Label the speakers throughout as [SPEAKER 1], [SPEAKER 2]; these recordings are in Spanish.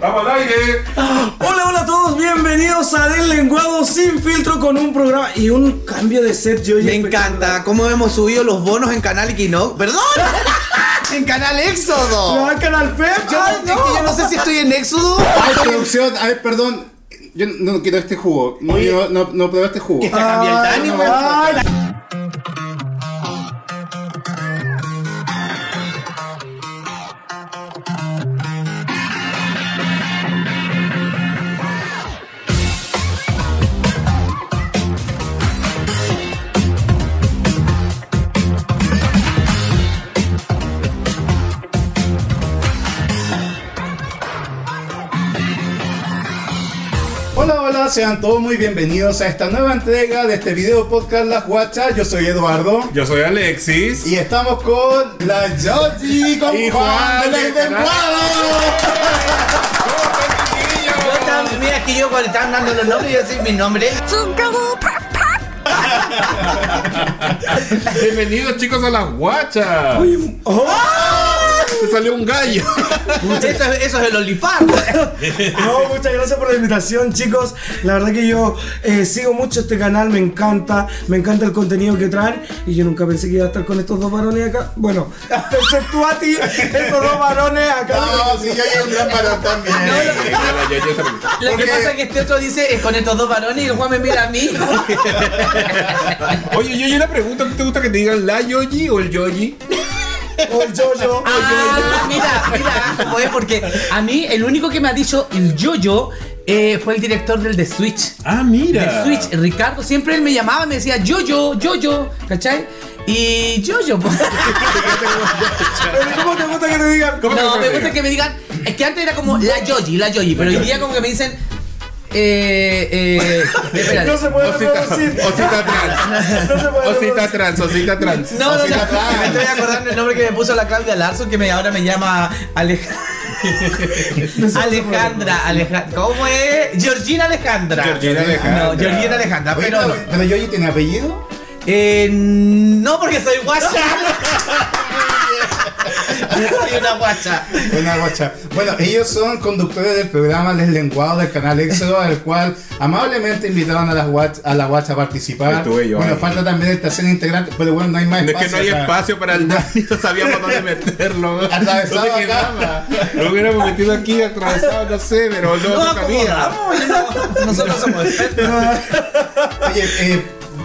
[SPEAKER 1] ¡Vamos al aire!
[SPEAKER 2] Hola, hola a todos, bienvenidos a Del Lenguado Sin Filtro con un programa y un cambio de set. Yo
[SPEAKER 3] Me encanta cómo hemos subido los bonos en Canal Equinox. ¡Perdón! en Canal
[SPEAKER 2] ¿Me
[SPEAKER 3] Éxodo.
[SPEAKER 2] va al Ah, canal Pep?
[SPEAKER 3] Yo,
[SPEAKER 2] Ay,
[SPEAKER 3] es
[SPEAKER 2] no.
[SPEAKER 3] que yo no sé si estoy en Éxodo.
[SPEAKER 4] Ay, producción, ay, perdón. Yo no quiero este jugo. No, yo no, no probé este jugo.
[SPEAKER 3] Te cambié el
[SPEAKER 2] Ay,
[SPEAKER 3] Dani, weón.
[SPEAKER 2] ay,
[SPEAKER 4] Hola, hola, sean todos muy bienvenidos a esta nueva entrega de este video podcast Las Guachas. Yo soy Eduardo.
[SPEAKER 1] Yo soy Alexis.
[SPEAKER 4] Y estamos con la Georgie con
[SPEAKER 1] Y Juan
[SPEAKER 4] Juan de
[SPEAKER 1] de
[SPEAKER 4] la Temporada.
[SPEAKER 3] Yo tam- Mira, es que yo cuando estaban dando los nombres, yo decía mi nombre.
[SPEAKER 1] Bienvenidos chicos a las guachas.
[SPEAKER 2] oh.
[SPEAKER 1] Se salió un gallo.
[SPEAKER 3] Eso, es- eso es el OnlyFans.
[SPEAKER 2] No, muchas gracias por la invitación, chicos. La verdad que yo eh, sigo mucho este canal, me encanta, me encanta el contenido que traen. Y yo nunca pensé que iba a estar con estos dos varones acá. Bueno, excepto a ti, estos dos varones acá.
[SPEAKER 4] No, sí, yo soy un gran varón también.
[SPEAKER 3] Lo que
[SPEAKER 4] Porque-
[SPEAKER 3] pasa es que este otro dice es con estos dos varones y el Juan me mira a mí.
[SPEAKER 1] Oye, yo una pregunta, ¿te gusta que te digan la Yoyi o el Yoyi?
[SPEAKER 2] O el yo-yo.
[SPEAKER 3] Ah, mira, mira, como es porque a mí el único que me ha dicho el yo-yo eh, fue el director del The Switch.
[SPEAKER 1] Ah, mira.
[SPEAKER 3] de Switch, Ricardo, siempre él me llamaba, me decía yo, yo, yo, yo, ¿cachai? Y yo, yo, po.
[SPEAKER 2] Pero ¿Cómo te gusta que te digan?
[SPEAKER 1] ¿Cómo
[SPEAKER 3] No,
[SPEAKER 1] que
[SPEAKER 3] me
[SPEAKER 1] te
[SPEAKER 3] gusta
[SPEAKER 1] digan?
[SPEAKER 3] que me digan, es que antes era como la Yoji, la Yoji, pero hoy día como que me dicen, eh, eh, espérate.
[SPEAKER 2] No se puede
[SPEAKER 1] Osita,
[SPEAKER 2] reproducir.
[SPEAKER 1] osita trans.
[SPEAKER 2] No se puede
[SPEAKER 1] Osita trans, osita trans.
[SPEAKER 3] No, no, no,
[SPEAKER 4] Osita Plan.
[SPEAKER 3] me estoy acordando el nombre que me puso la Claudia Larson, que me, ahora me llama Alejandra. Alejandra, Alejandra, ¿cómo es? Georgina Alejandra.
[SPEAKER 1] Georgina Alejandra.
[SPEAKER 3] No, Georgina Alejandra,
[SPEAKER 4] Oye,
[SPEAKER 3] pero no.
[SPEAKER 4] pero Yoyi tiene apellido.
[SPEAKER 3] Eh, no, porque soy guacha. Yo soy una guacha.
[SPEAKER 4] Buena guacha. Bueno, ellos son conductores del programa Les Lenguados del canal Éxodo, al cual amablemente invitaron a las guach- a la guacha a participar.
[SPEAKER 1] Estuve yo
[SPEAKER 4] bueno,
[SPEAKER 1] ahí.
[SPEAKER 4] falta también el tercer integrante, pero bueno, no hay más
[SPEAKER 1] No es
[SPEAKER 4] espacio.
[SPEAKER 1] que no hay
[SPEAKER 4] acá.
[SPEAKER 1] espacio para el Dani, no sabíamos dónde meterlo.
[SPEAKER 4] Atravesado
[SPEAKER 1] ¿Dónde
[SPEAKER 4] acá.
[SPEAKER 1] quedaba? Lo hubiéramos metido aquí, atravesado, no sé, pero no, no
[SPEAKER 3] No,
[SPEAKER 1] cabía.
[SPEAKER 3] acomodamos, no, nosotros somos expertos.
[SPEAKER 4] Oye, eh,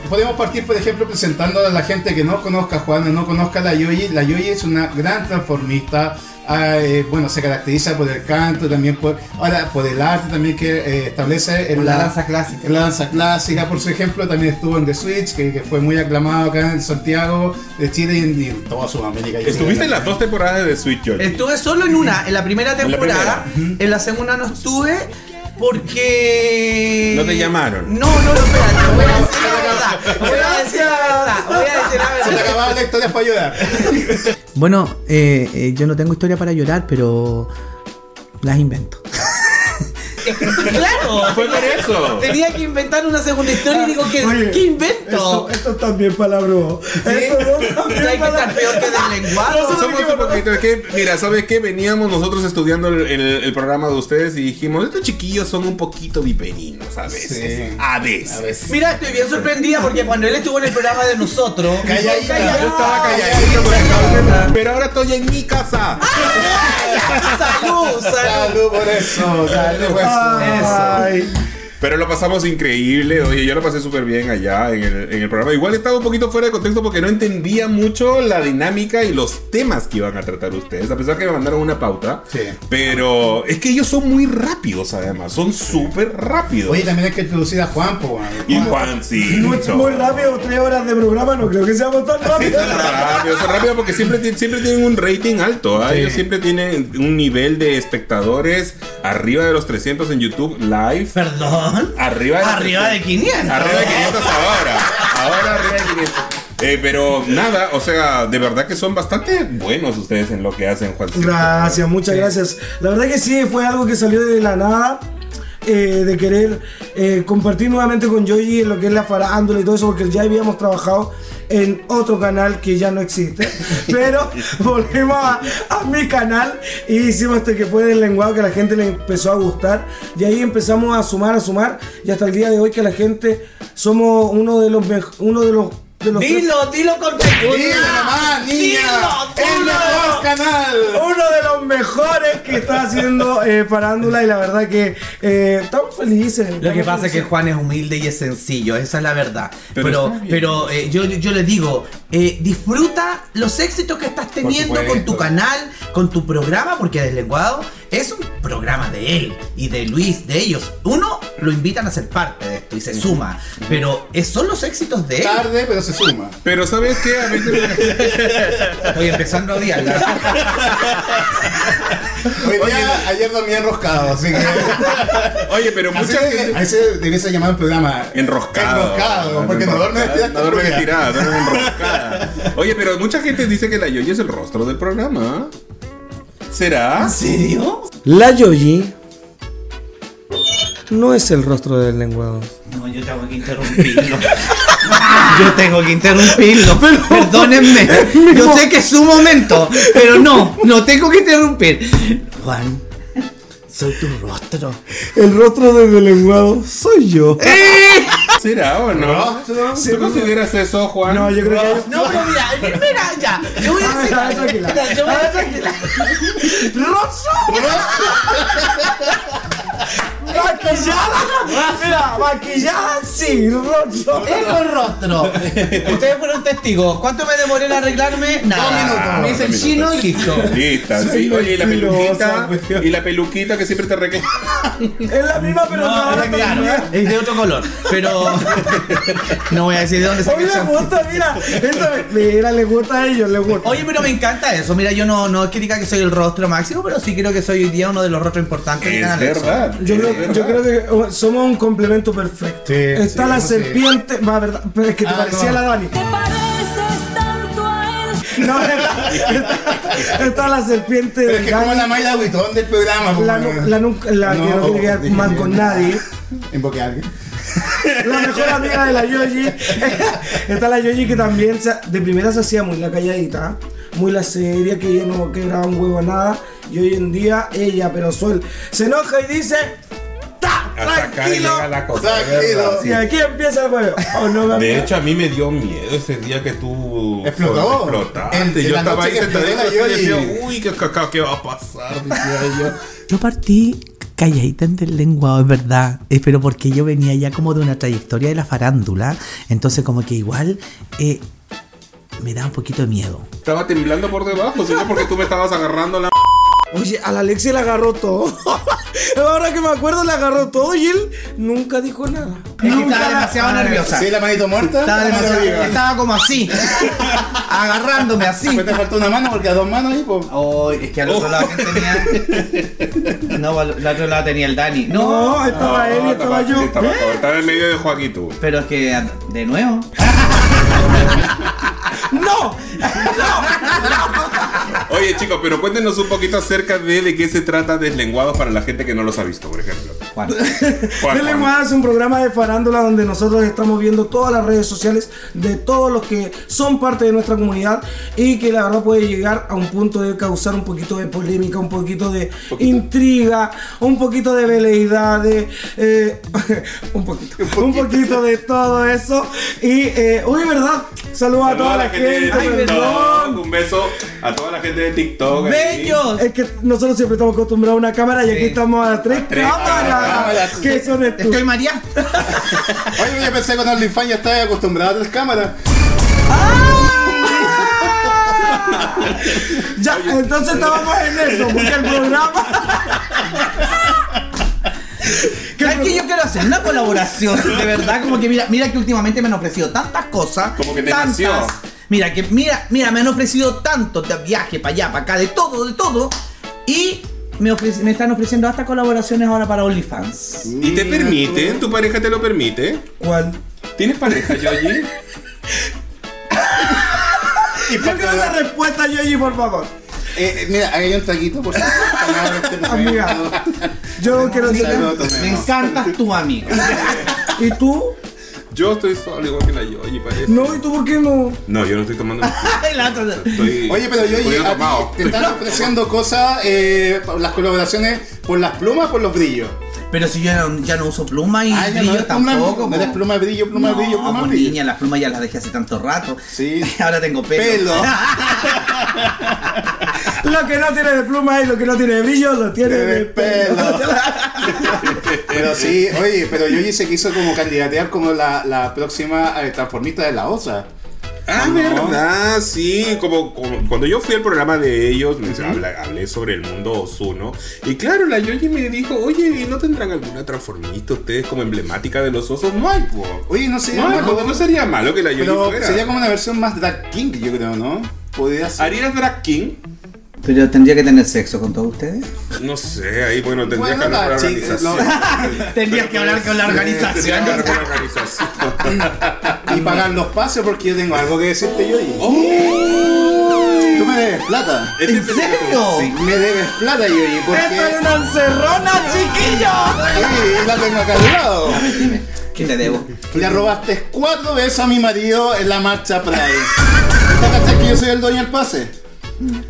[SPEAKER 4] podemos partir, por ejemplo, presentando a la gente que no conozca a Juan o no conozca a la Yoyi. La Yoyi es una gran transformista. ah, eh, bueno, se caracteriza por el canto, también por, ahora, por el arte también que eh, establece en
[SPEAKER 3] Por la danza clásica.
[SPEAKER 4] en la danza clásica, por su ejemplo, también estuvo en The Switch, que, que fue muy aclamado acá en Santiago de Chile y en, y en toda Sudamérica. Yo
[SPEAKER 1] Estuviste
[SPEAKER 4] creo.
[SPEAKER 1] en las dos temporadas de Switch, Yoyi.
[SPEAKER 3] Estuve solo en una, en la primera
[SPEAKER 1] En la
[SPEAKER 3] temporada. En la segunda no estuve porque.
[SPEAKER 1] No te llamaron.
[SPEAKER 3] No, no, no, espérate. Voy a decir la verdad. Voy a decir la verdad. Voy a decir la
[SPEAKER 4] Se te
[SPEAKER 3] verdad.
[SPEAKER 4] acababan las historias para ayudar.
[SPEAKER 5] Bueno, eh, eh, yo no tengo historia para llorar, pero las invento.
[SPEAKER 3] Claro.
[SPEAKER 1] Fue por eso.
[SPEAKER 3] Tenía que inventar una segunda historia y digo, ¿qué,
[SPEAKER 2] Oye,
[SPEAKER 3] ¿qué
[SPEAKER 2] Esto,
[SPEAKER 3] invento?
[SPEAKER 2] esto también palabro. Esto no
[SPEAKER 3] Hay
[SPEAKER 2] también
[SPEAKER 3] que estar
[SPEAKER 2] palabro.
[SPEAKER 3] peor que del lenguado.
[SPEAKER 1] Somos un poquito, es que, mira, ¿sabes qué? Veníamos nosotros estudiando el, el- el programa de ustedes y dijimos, estos chiquillos son un poquito viperinos a veces.
[SPEAKER 4] Sí.
[SPEAKER 1] A veces.
[SPEAKER 4] A veces.
[SPEAKER 3] Mira, estoy bien sorprendida porque cuando él estuvo en el programa de nosotros.
[SPEAKER 4] Calladita.
[SPEAKER 3] Calladita.
[SPEAKER 1] Yo estaba calladito porque estaba- Pero ahora estoy en mi casa.
[SPEAKER 3] Salud, salud.
[SPEAKER 4] Salud por eso, salud por eso.
[SPEAKER 2] Ay,
[SPEAKER 1] Pero lo pasamos increíble, oye, yo lo pasé súper bien allá en el, en el programa. Igual estaba un poquito fuera de contexto porque no entendía mucho la dinámica y los temas que iban a tratar ustedes, a pesar que me mandaron una pauta.
[SPEAKER 4] Sí.
[SPEAKER 1] Pero es que ellos son muy rápidos además, son súper rápidos.
[SPEAKER 4] Oye, también hay que introducir a Juan, po, Juan.
[SPEAKER 1] y Juan, sí.
[SPEAKER 2] muy,
[SPEAKER 1] son-
[SPEAKER 2] muy rápido, tres horas de programa, no creo que seamos tan
[SPEAKER 1] Sí,
[SPEAKER 2] rápidos.
[SPEAKER 1] son rápidos, son rápidos porque siempre, ti- siempre tienen un rating alto. ¿ah? Ellos siempre tienen un nivel de espectadores arriba de los 300 en YouTube live.
[SPEAKER 3] Perdón.
[SPEAKER 1] Arriba de,
[SPEAKER 3] Arriba de 500.
[SPEAKER 1] Arriba de 500 ahora. Ahora arriba de 500. Eh, pero nada, o sea, de verdad que son bastante buenos ustedes en lo que hacen, Juan.
[SPEAKER 2] Gracias, muchas gracias. La verdad que sí, fue algo que salió de la nada. eh, de querer eh, compartir nuevamente con Joji lo que es la farándula y todo eso, porque ya habíamos trabajado en otro canal que ya no existe. Pero volvimos a, a mi canal y hicimos este que fue del lenguado que a la gente le empezó a gustar. Y ahí empezamos a sumar, a sumar. Y hasta el día de hoy que la gente somos uno de los mej- uno de los de los
[SPEAKER 3] Dilo, dilo con
[SPEAKER 4] Dilo
[SPEAKER 3] ternura.
[SPEAKER 4] nomás, niña.
[SPEAKER 3] Dilo,
[SPEAKER 4] el
[SPEAKER 3] dilo.
[SPEAKER 4] mejor canal.
[SPEAKER 2] uno de los mejores que está haciendo eh, Parándula y la verdad que eh, estamos felices.
[SPEAKER 3] Lo que
[SPEAKER 2] estamos
[SPEAKER 3] pasa es que
[SPEAKER 2] felices.
[SPEAKER 3] Juan es humilde y es sencillo, esa es la verdad.
[SPEAKER 1] Pero
[SPEAKER 3] Pero, pero,
[SPEAKER 1] está bien.
[SPEAKER 3] eh, yo, yo le digo, eh, disfruta los éxitos que estás teniendo con
[SPEAKER 4] supuesto.
[SPEAKER 3] tu canal, con tu programa, porque Deslenguado es un programa de él y de Luis, de ellos. Uno lo invitan a ser parte de esto y se suma, pero eh, son los éxitos de él.
[SPEAKER 4] Tarde, pero se suma.
[SPEAKER 1] Pero ¿sabes qué? A veces-
[SPEAKER 3] Estoy empezando a odiarla.
[SPEAKER 4] Hoy día, ayer dormí enroscado, así que.
[SPEAKER 1] Oye, pero
[SPEAKER 4] Así
[SPEAKER 1] muchas
[SPEAKER 4] que a ese debiese llamar el programa.
[SPEAKER 1] Enroscado.
[SPEAKER 4] Enroscado, porque no duerme
[SPEAKER 1] Enroscada,
[SPEAKER 4] estirado.
[SPEAKER 1] No duerme estirada, duerme enroscada. Oye, pero mucha gente dice que la Yoyi es el rostro del programa. ¿Será?
[SPEAKER 3] ¿En serio?
[SPEAKER 2] La Yoyi no es el rostro del lenguado.
[SPEAKER 3] No, yo tengo que interrumpirlo. yo tengo que interrumpirlo. Perdónenme. Yo sé que es su momento, pero no, no tengo que interrumpir. Juan, soy tu rostro.
[SPEAKER 2] El rostro del lenguado soy yo.
[SPEAKER 3] Eh,
[SPEAKER 1] ¿Será o no?
[SPEAKER 4] ¿Rostro?
[SPEAKER 1] ¿Tú consideras eso, Juan?
[SPEAKER 2] No, yo creo que
[SPEAKER 3] No, pero mira, mira, ya. Yo voy a decir.
[SPEAKER 2] Ah, tranquila.
[SPEAKER 3] Mira, yo voy a decir-
[SPEAKER 2] maquillada. Mira, maquillada sí, rostro.
[SPEAKER 3] Tengo el rostro. Ustedes fueron testigos. ¿Cuánto me demoré en arreglarme? Nada.
[SPEAKER 1] minutos.
[SPEAKER 3] Me hice el
[SPEAKER 1] Dos
[SPEAKER 3] chino y listo.
[SPEAKER 1] Lista,
[SPEAKER 2] Soy
[SPEAKER 1] sí. Oye, y la
[SPEAKER 2] mentirosa,
[SPEAKER 1] peluquita.
[SPEAKER 2] cuestión.
[SPEAKER 1] Y la peluquita que siempre te reclama.
[SPEAKER 2] Es la misma pero no,
[SPEAKER 3] No,
[SPEAKER 2] ahora
[SPEAKER 3] era claro, ¿eh?
[SPEAKER 2] también.
[SPEAKER 3] es de otro color, pero no voy a decir de dónde
[SPEAKER 2] Hoy
[SPEAKER 3] saqué el
[SPEAKER 2] le
[SPEAKER 3] shampoo.
[SPEAKER 2] gusta, mira. Esta, mira, le gusta a ellos, le gusta.
[SPEAKER 3] Oye, pero me encanta eso. Mira, yo no, no es que diga que soy el rostro máximo, pero sí creo que soy hoy día uno de los rostros importantes del
[SPEAKER 1] Es
[SPEAKER 3] canal. Eso.
[SPEAKER 1] verdad.
[SPEAKER 2] Yo
[SPEAKER 1] es
[SPEAKER 2] creo,
[SPEAKER 1] verdad.
[SPEAKER 2] yo creo que oh, somos un complemento perfecto.
[SPEAKER 4] eh, Sí,
[SPEAKER 2] Está
[SPEAKER 4] sí,
[SPEAKER 2] la
[SPEAKER 4] sí.
[SPEAKER 2] serpiente. Va, verdad. Pero es que te
[SPEAKER 4] Ah,
[SPEAKER 2] parecía
[SPEAKER 4] no.
[SPEAKER 2] la Dani.
[SPEAKER 6] Te pareces tanto a él.
[SPEAKER 2] No, está, está- está la serpiente
[SPEAKER 4] Pero es
[SPEAKER 2] del
[SPEAKER 4] que es como
[SPEAKER 2] Dani,
[SPEAKER 4] la Mayra Huitón del programa.
[SPEAKER 2] La
[SPEAKER 4] como- oh,
[SPEAKER 2] nu- la nunca- la que no tiene que ver
[SPEAKER 4] dije
[SPEAKER 2] mal con
[SPEAKER 4] bien.
[SPEAKER 2] nadie.
[SPEAKER 4] Invoqué a alguien.
[SPEAKER 2] la mejor amiga de la Yoyi. está la Yoyi que también se- de primera se hacía muy la calladita, muy la seria, que ella no quebraba un huevo a nada. Y hoy en día ella, pero Sol, se enoja y dice: ¡Ta!
[SPEAKER 1] Hasta acá
[SPEAKER 2] ¡Tranquilo!
[SPEAKER 1] llega la cosa.
[SPEAKER 4] Tranquilo.
[SPEAKER 1] es verdad, sí.
[SPEAKER 2] Y aquí empieza el huevo. Oh, no, mi
[SPEAKER 1] De
[SPEAKER 2] amiga.
[SPEAKER 1] hecho, a mí me dio miedo ese día que tú
[SPEAKER 4] Explotó. En-
[SPEAKER 1] explotaste.
[SPEAKER 4] en
[SPEAKER 1] yo
[SPEAKER 4] la
[SPEAKER 1] estaba ahí
[SPEAKER 4] noche que
[SPEAKER 1] sentadito así
[SPEAKER 4] explotó la
[SPEAKER 1] y decía,
[SPEAKER 4] Yoyi.
[SPEAKER 1] uy, qué caca, qué va a pasar, decía yo.
[SPEAKER 5] Yo partí calladita en el lenguado, es verdad. eh, Pero porque yo venía ya como de una trayectoria de la farándula. Entonces, como que igual eh, me da un poquito de miedo.
[SPEAKER 1] Estaba temblando por debajo, sino porque tú me estabas agarrando la.
[SPEAKER 2] Oye, a la Alexia le agarró todo. Ahora que me acuerdo, le agarró todo y él nunca dijo nada.
[SPEAKER 3] Es que
[SPEAKER 2] Nunca
[SPEAKER 3] estaba
[SPEAKER 2] la-
[SPEAKER 3] demasiado nerviosa.
[SPEAKER 4] Sí, la manito muerta.
[SPEAKER 3] Estaba,
[SPEAKER 4] la mano
[SPEAKER 3] demasiado-
[SPEAKER 4] viva.
[SPEAKER 3] estaba como así, agarrándome así.
[SPEAKER 4] Pues te faltó una mano porque a dos manos ahí, pues.
[SPEAKER 3] Oh, es que al otro lado ¿quién tenía. No, al al otro lado tenía el Dani. No,
[SPEAKER 2] No, estaba él y estaba yo.
[SPEAKER 1] Estaba, estaba en medio de Joaquito.
[SPEAKER 3] pero es que de nuevo.
[SPEAKER 2] ¡No!
[SPEAKER 1] Oye, chicos, pero cuéntenos un poquito acerca de, de qué se trata Deslenguados para la gente que no los ha visto, por ejemplo.
[SPEAKER 3] Juan.
[SPEAKER 1] Juan,
[SPEAKER 2] Dele
[SPEAKER 1] Juan.
[SPEAKER 2] más, es un programa de farándula donde nosotros estamos viendo todas las redes sociales de todos los que son parte de nuestra comunidad y que la verdad puede llegar a un punto de causar un poquito de polémica, un poquito de intriga, un poquito de veleidad, de, eh, un, poquito, un poquito, de todo eso. Y, eh, uy, ¿verdad? Saludos a toda la, gente,
[SPEAKER 1] de
[SPEAKER 2] perdón.
[SPEAKER 1] TikTok. Un beso a toda la gente de TikTok. ahí.
[SPEAKER 3] ¡Bellos!
[SPEAKER 2] Es que nosotros siempre estamos acostumbrados a una cámara y aquí
[SPEAKER 3] Sí.
[SPEAKER 2] estamos a tres,
[SPEAKER 1] tres
[SPEAKER 2] cámaras.
[SPEAKER 4] cámaras.
[SPEAKER 2] Que son estos?
[SPEAKER 3] Estoy María.
[SPEAKER 4] Oye, yo pensé que con OnlyFans ya estaba acostumbrado a las cámaras.
[SPEAKER 3] ¡Ah!
[SPEAKER 2] Ya, entonces estábamos en eso, porque el programa.
[SPEAKER 3] ¿Sabes que yo quiero hacer una colaboración? De verdad, como que mira, mira que últimamente me han ofrecido tantas cosas.
[SPEAKER 1] Como que te
[SPEAKER 3] tantas.
[SPEAKER 1] nació.
[SPEAKER 3] Mira, que mira, mira, me han ofrecido tanto de viaje para allá, para acá, de todo, de todo. Y me, ofrece- me están ofreciendo hasta colaboraciones ahora para OnlyFans.
[SPEAKER 1] ¿Y te permite? ¿Tu pareja te lo permite?
[SPEAKER 2] ¿Cuál?
[SPEAKER 1] ¿Tienes pareja, Yoyi?
[SPEAKER 4] Y
[SPEAKER 2] Yo quiero esa respuesta, Yoyi, por favor.
[SPEAKER 4] Eh, eh, mira, ahí hay un traguito por si
[SPEAKER 3] Ah,
[SPEAKER 2] Amiga. Yo quiero
[SPEAKER 4] Amiga.
[SPEAKER 2] saber.
[SPEAKER 4] Saludos.
[SPEAKER 3] Me encantas tú, amigo.
[SPEAKER 2] ¿Y tú?
[SPEAKER 1] Yo estoy solo igual que la Yoyi, parece.
[SPEAKER 2] No, ¿y tú por qué no?
[SPEAKER 1] No, yo no estoy tomando.
[SPEAKER 3] La otra-
[SPEAKER 1] Estoy-
[SPEAKER 4] Oye, pero yo
[SPEAKER 1] estoy
[SPEAKER 4] oye, a ti
[SPEAKER 1] atrapado.
[SPEAKER 4] te están ofreciendo cosas, eh, por las colaboraciones por las plumas, por los brillos.
[SPEAKER 3] Pero si yo ya no, ya no uso pluma y
[SPEAKER 4] Ay, ya
[SPEAKER 3] brillo
[SPEAKER 4] no eres pluma,
[SPEAKER 3] tampoco.
[SPEAKER 4] no eres
[SPEAKER 3] po.
[SPEAKER 4] pluma, brillo, pluma,
[SPEAKER 3] No,
[SPEAKER 4] brillo, pluma,
[SPEAKER 3] pues,
[SPEAKER 4] brillo.
[SPEAKER 3] niña, las plumas ya las dejé hace tanto rato.
[SPEAKER 4] Sí.
[SPEAKER 3] Ahora tengo pelo.
[SPEAKER 4] Pelo.
[SPEAKER 2] Lo que no tiene de pluma y lo que no tiene de brillo lo tiene
[SPEAKER 4] De
[SPEAKER 2] de pelo.
[SPEAKER 4] pelo. Pero sí, oye, pero Yoyi se quiso como candidatear como la, la próxima eh, transformista de la OSA.
[SPEAKER 1] Ah,
[SPEAKER 4] ¿O no? Ah.
[SPEAKER 1] verdad, sí. Como, como- cuando yo fui al programa de ellos, me habla- hablé sobre el mundo Osuno. Y claro, la Yoyi me dijo, oye, ¿y no tendrán alguna transformista ustedes como emblemática de los osos? No hay, po.
[SPEAKER 4] Oye, no sé,
[SPEAKER 1] No, hay, po, no sería malo que la Yoyi
[SPEAKER 4] pero
[SPEAKER 1] fuera.
[SPEAKER 4] sería como una versión más drag king, yo creo, ¿no? Podría ser.
[SPEAKER 1] ¿Harías Drag King?
[SPEAKER 3] Pero tendría que tener sexo con todos ustedes.
[SPEAKER 1] No sé, ahí bueno, tendría
[SPEAKER 4] Bueno,
[SPEAKER 1] que hablar
[SPEAKER 4] la
[SPEAKER 1] con la
[SPEAKER 4] chica,
[SPEAKER 1] organización.
[SPEAKER 3] Tendrías
[SPEAKER 1] Pero
[SPEAKER 3] que hablar con la
[SPEAKER 1] sí,
[SPEAKER 3] organización.
[SPEAKER 1] tendría que hablar con la organización.
[SPEAKER 4] Y pagar los pases porque yo tengo algo que decirte, Yoyi.
[SPEAKER 1] Oh.
[SPEAKER 4] Tú me debes plata.
[SPEAKER 3] ¿En serio?
[SPEAKER 4] Sí, me debes plata, Yoyi,
[SPEAKER 2] ¡Esto es
[SPEAKER 4] porque
[SPEAKER 2] una encerrona, chiquillo!
[SPEAKER 4] Oye, la tengo acá al lado.
[SPEAKER 3] ¿Qué te debo?
[SPEAKER 4] Le robaste cuatro veces a mi marido en la marcha Pride. ¿Te cachas que yo soy el dueño del pase?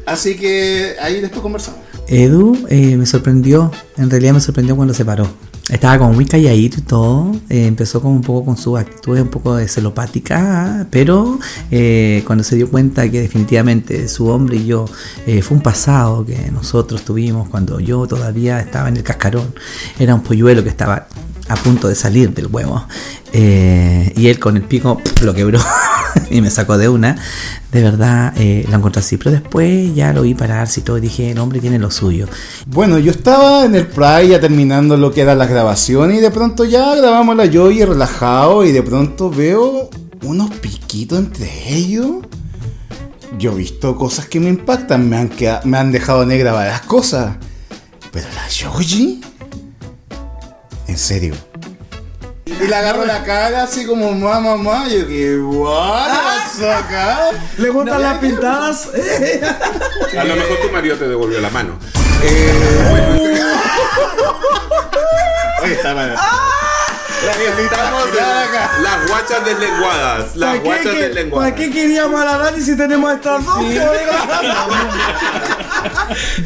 [SPEAKER 4] Así que ahí después conversamos.
[SPEAKER 5] Edu eh, me sorprendió, en realidad me sorprendió cuando se paró. Estaba como muy calladito y todo, eh, empezó como un poco con sus actitudes un poco de celopática, pero eh, cuando se dio cuenta que definitivamente su hombre y yo eh, fue un pasado que nosotros tuvimos cuando yo todavía estaba en el cascarón, era un polluelo que estaba a punto de salir del huevo, eh, y él con el pico pf, lo quebró y me sacó de una. De verdad, eh, la encontré así, pero después ya lo vi pararse y todo, y dije, el hombre tiene lo suyo.
[SPEAKER 4] Bueno, yo estaba en el Pride ya terminando lo que eran las grabaciones y de pronto ya grabamos la Joy relajado y de pronto veo unos piquitos entre ellos. Yo he visto cosas que me impactan, me han, queda- me han dejado negra varias cosas. Pero la Joji, en serio. Y le agarro la cara así como mamá, mamá, yo que guau, ¿qué pasó acá?
[SPEAKER 2] ¿Le gustan las pintadas? Eh,
[SPEAKER 1] A lo mejor tu marido te devolvió la mano.
[SPEAKER 4] Oye, está mal.
[SPEAKER 1] Necesitamos
[SPEAKER 4] acá.
[SPEAKER 1] las guachas deslenguadas. Las
[SPEAKER 2] ¿para, qué,
[SPEAKER 1] guachas
[SPEAKER 2] que-
[SPEAKER 1] deslenguadas.
[SPEAKER 2] para qué queríamos a la Dani si tenemos estas dos?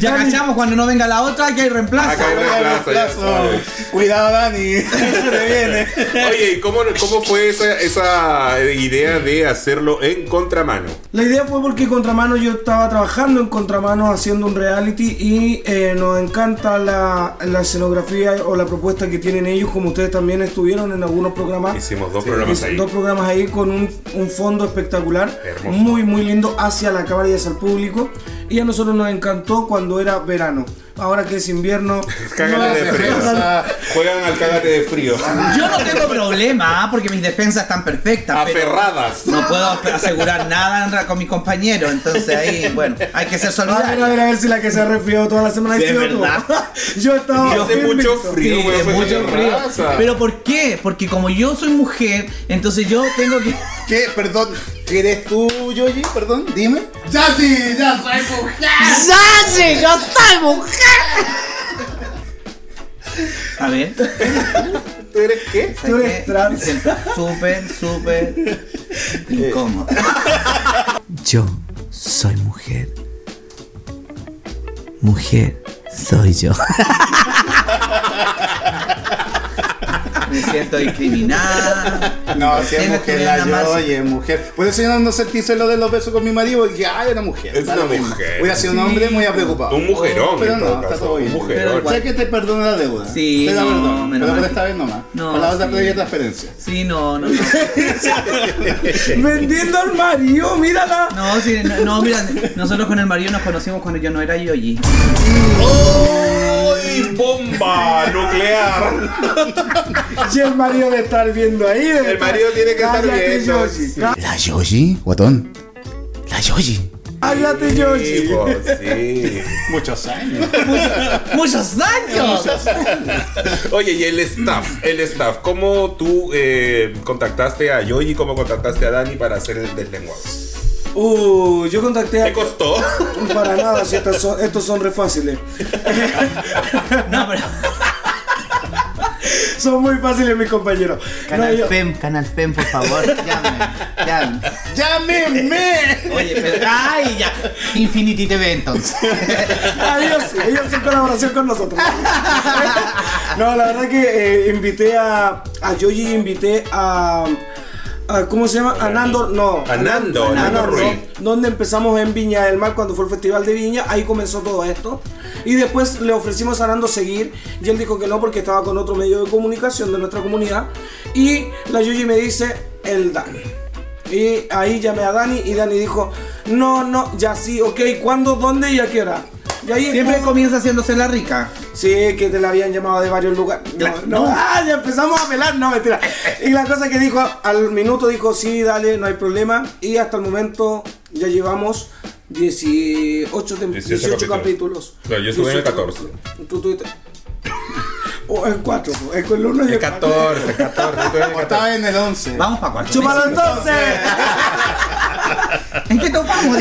[SPEAKER 3] Ya cachamos cuando no venga la otra que hay reemplazo.
[SPEAKER 1] Acá hay reemplazo, ya sabes.
[SPEAKER 4] Cuidado, Dani, se te viene.
[SPEAKER 1] Oye, ¿y cómo, cómo fue esa, esa eh, idea de hacerlo en contramano?
[SPEAKER 2] La idea fue porque Contramano yo estaba trabajando en Contramano haciendo un reality y eh, nos encanta la, la escenografía o la propuesta que tienen ellos, como ustedes también estuvieron en algunos programas.
[SPEAKER 1] Hicimos dos programas
[SPEAKER 2] Hice
[SPEAKER 1] ahí.
[SPEAKER 2] Dos programas ahí con un, un fondo espectacular,
[SPEAKER 1] Hermoso.
[SPEAKER 2] muy muy lindo hacia la cámara y hacia el público. Y a nosotros nos encantó cuando era verano. Ahora que es invierno, no Ah,
[SPEAKER 1] Cágate de
[SPEAKER 2] hace
[SPEAKER 1] frío.
[SPEAKER 2] falta
[SPEAKER 1] Juegan al cágate de frío.
[SPEAKER 3] Yo no tengo problema ah, porque mis defensas están perfectas.
[SPEAKER 5] Ah,
[SPEAKER 3] pero
[SPEAKER 1] Aferradas.
[SPEAKER 3] No puedo asegurar nada en ra- con mis compañeros. Entonces ahí, bueno, hay que ser
[SPEAKER 2] A ver, a
[SPEAKER 3] solidarios.
[SPEAKER 2] ver, a ver si la que se ha resfriado toda la semana
[SPEAKER 3] Sí,
[SPEAKER 2] ha sido
[SPEAKER 3] es
[SPEAKER 2] tú.
[SPEAKER 3] verdad.
[SPEAKER 2] Yo estaba.
[SPEAKER 1] Yo hace
[SPEAKER 2] bien
[SPEAKER 1] mucho
[SPEAKER 2] mixto.
[SPEAKER 1] frío,
[SPEAKER 3] Sí,
[SPEAKER 1] güey,
[SPEAKER 3] es
[SPEAKER 1] fue
[SPEAKER 3] mucho
[SPEAKER 1] de
[SPEAKER 3] frío.
[SPEAKER 1] raza.
[SPEAKER 3] Pero ¿por qué? Porque como yo soy mujer, entonces yo tengo que.
[SPEAKER 4] ¿Qué? Perdón, ¿qué eres tú, Yoyi? Perdón, dime. ¡Ya sí! ¡Ya soy mujer!
[SPEAKER 3] A ver.
[SPEAKER 1] ¿Tú eres qué?
[SPEAKER 2] Tú eres trans.
[SPEAKER 3] Me siento Súper, súper incómodo.
[SPEAKER 5] Yo soy mujer. Mujer soy yo.
[SPEAKER 3] Me siento discriminada.
[SPEAKER 4] No, si es
[SPEAKER 3] Tienes que
[SPEAKER 4] mujer
[SPEAKER 3] ver
[SPEAKER 4] la
[SPEAKER 3] nada más.
[SPEAKER 4] Yoyi, es mujer. Por eso yo no, no sentí celo de los besos con mi marido, porque ay, era mujer.
[SPEAKER 1] Es
[SPEAKER 4] da lo
[SPEAKER 1] una
[SPEAKER 4] mismo.
[SPEAKER 1] mujer.
[SPEAKER 4] Hubiera sido un hombre muy preocupado.
[SPEAKER 1] Un mujerón,
[SPEAKER 4] Pero
[SPEAKER 1] en
[SPEAKER 4] no,
[SPEAKER 1] todo
[SPEAKER 4] está
[SPEAKER 1] caso,
[SPEAKER 4] todo
[SPEAKER 1] un
[SPEAKER 4] bien.
[SPEAKER 1] mujerón.
[SPEAKER 3] Pero igual.
[SPEAKER 4] Sé que te perdono la deuda.
[SPEAKER 3] Sí,
[SPEAKER 4] Te la
[SPEAKER 3] no,
[SPEAKER 4] perdono.
[SPEAKER 3] menos
[SPEAKER 4] Pero por
[SPEAKER 3] mal.
[SPEAKER 4] esta vez no más.
[SPEAKER 3] No,
[SPEAKER 4] Para la otra
[SPEAKER 3] sí.
[SPEAKER 4] previa transferencia.
[SPEAKER 3] Sí, no, no, no.
[SPEAKER 2] Vendiendo al marido, mírala.
[SPEAKER 3] No, sí, no, no, mira, nosotros con el marido nos conocimos cuando yo no era Yoyi.
[SPEAKER 1] ¡Ay, bomba nuclear!
[SPEAKER 2] Y el marido de estar viendo ahí. de
[SPEAKER 1] El marido tiene que estar
[SPEAKER 2] Cállate,
[SPEAKER 1] viendo.
[SPEAKER 2] Yoshi. Cá-
[SPEAKER 4] La Yoyi, guatón. La Yoyi.
[SPEAKER 2] Cállate, Yoshi.
[SPEAKER 1] Chicos, pues, sí.
[SPEAKER 4] Muchos años.
[SPEAKER 3] ¡Muchos años!
[SPEAKER 1] Oye, y el staff, el staff, ¿cómo tú eh, contactaste a Yoyi? ¿Cómo contactaste a Dani para hacer el deslenguado?
[SPEAKER 2] Uh, yo contacté
[SPEAKER 1] ¿Te
[SPEAKER 2] a.
[SPEAKER 1] costó?
[SPEAKER 2] Para nada, si estas son- estos son re fáciles.
[SPEAKER 3] No, pero.
[SPEAKER 2] Son muy fáciles mis compañeros. No,
[SPEAKER 3] Canal
[SPEAKER 2] yo-
[SPEAKER 3] FEM, Canal FEM, por favor, llamen, llamen.
[SPEAKER 4] ¡Llámeme!
[SPEAKER 3] Oye, pero, ay, ya, Infinity TV entonces.
[SPEAKER 2] Ah, ellos, ellos en colaboración con nosotros. No, la verdad que eh, invité a, a Yoji, invité a, a- ¿Cómo se llama? A Nando, no.
[SPEAKER 1] A Nando,
[SPEAKER 2] a
[SPEAKER 1] Nando
[SPEAKER 2] Nando,
[SPEAKER 1] Ruiz.
[SPEAKER 2] Donde empezamos en Viña del Mar cuando fue el Festival de Viña. Ahí comenzó todo esto. Y después le ofrecimos a Nando seguir. Y él dijo que no porque estaba con otro medio de comunicación de nuestra comunidad. Y la Yoji me dice, el Dani. Y ahí llamé a Dani y Dani dijo, no, no, ya sí, ok, ¿cuándo, dónde y a qué hora? Y ahí
[SPEAKER 3] Siempre
[SPEAKER 2] estuvo-
[SPEAKER 3] comienza haciéndose la rica.
[SPEAKER 2] Sí, que te la habían llamado de varios lugares. No,
[SPEAKER 3] Claro,
[SPEAKER 2] no.
[SPEAKER 3] no.
[SPEAKER 2] Ah, ya empezamos a pelar, no, mentira. Y la cosa que dijo, al minuto dijo, sí, dale, no hay problema. Y hasta el momento ya llevamos 18, tem-
[SPEAKER 1] 18 capítulos.
[SPEAKER 2] 18 capítulos.
[SPEAKER 1] No, yo estuve en el 14.
[SPEAKER 2] Tú tuviste... O en 4, es con el 1 y el
[SPEAKER 1] El
[SPEAKER 2] 14.
[SPEAKER 1] 14, el 14.
[SPEAKER 4] O estaba en el 11.
[SPEAKER 3] Vamos para cuarto.
[SPEAKER 2] ¡Chúpalo entonces!
[SPEAKER 3] ¿En qué topamos?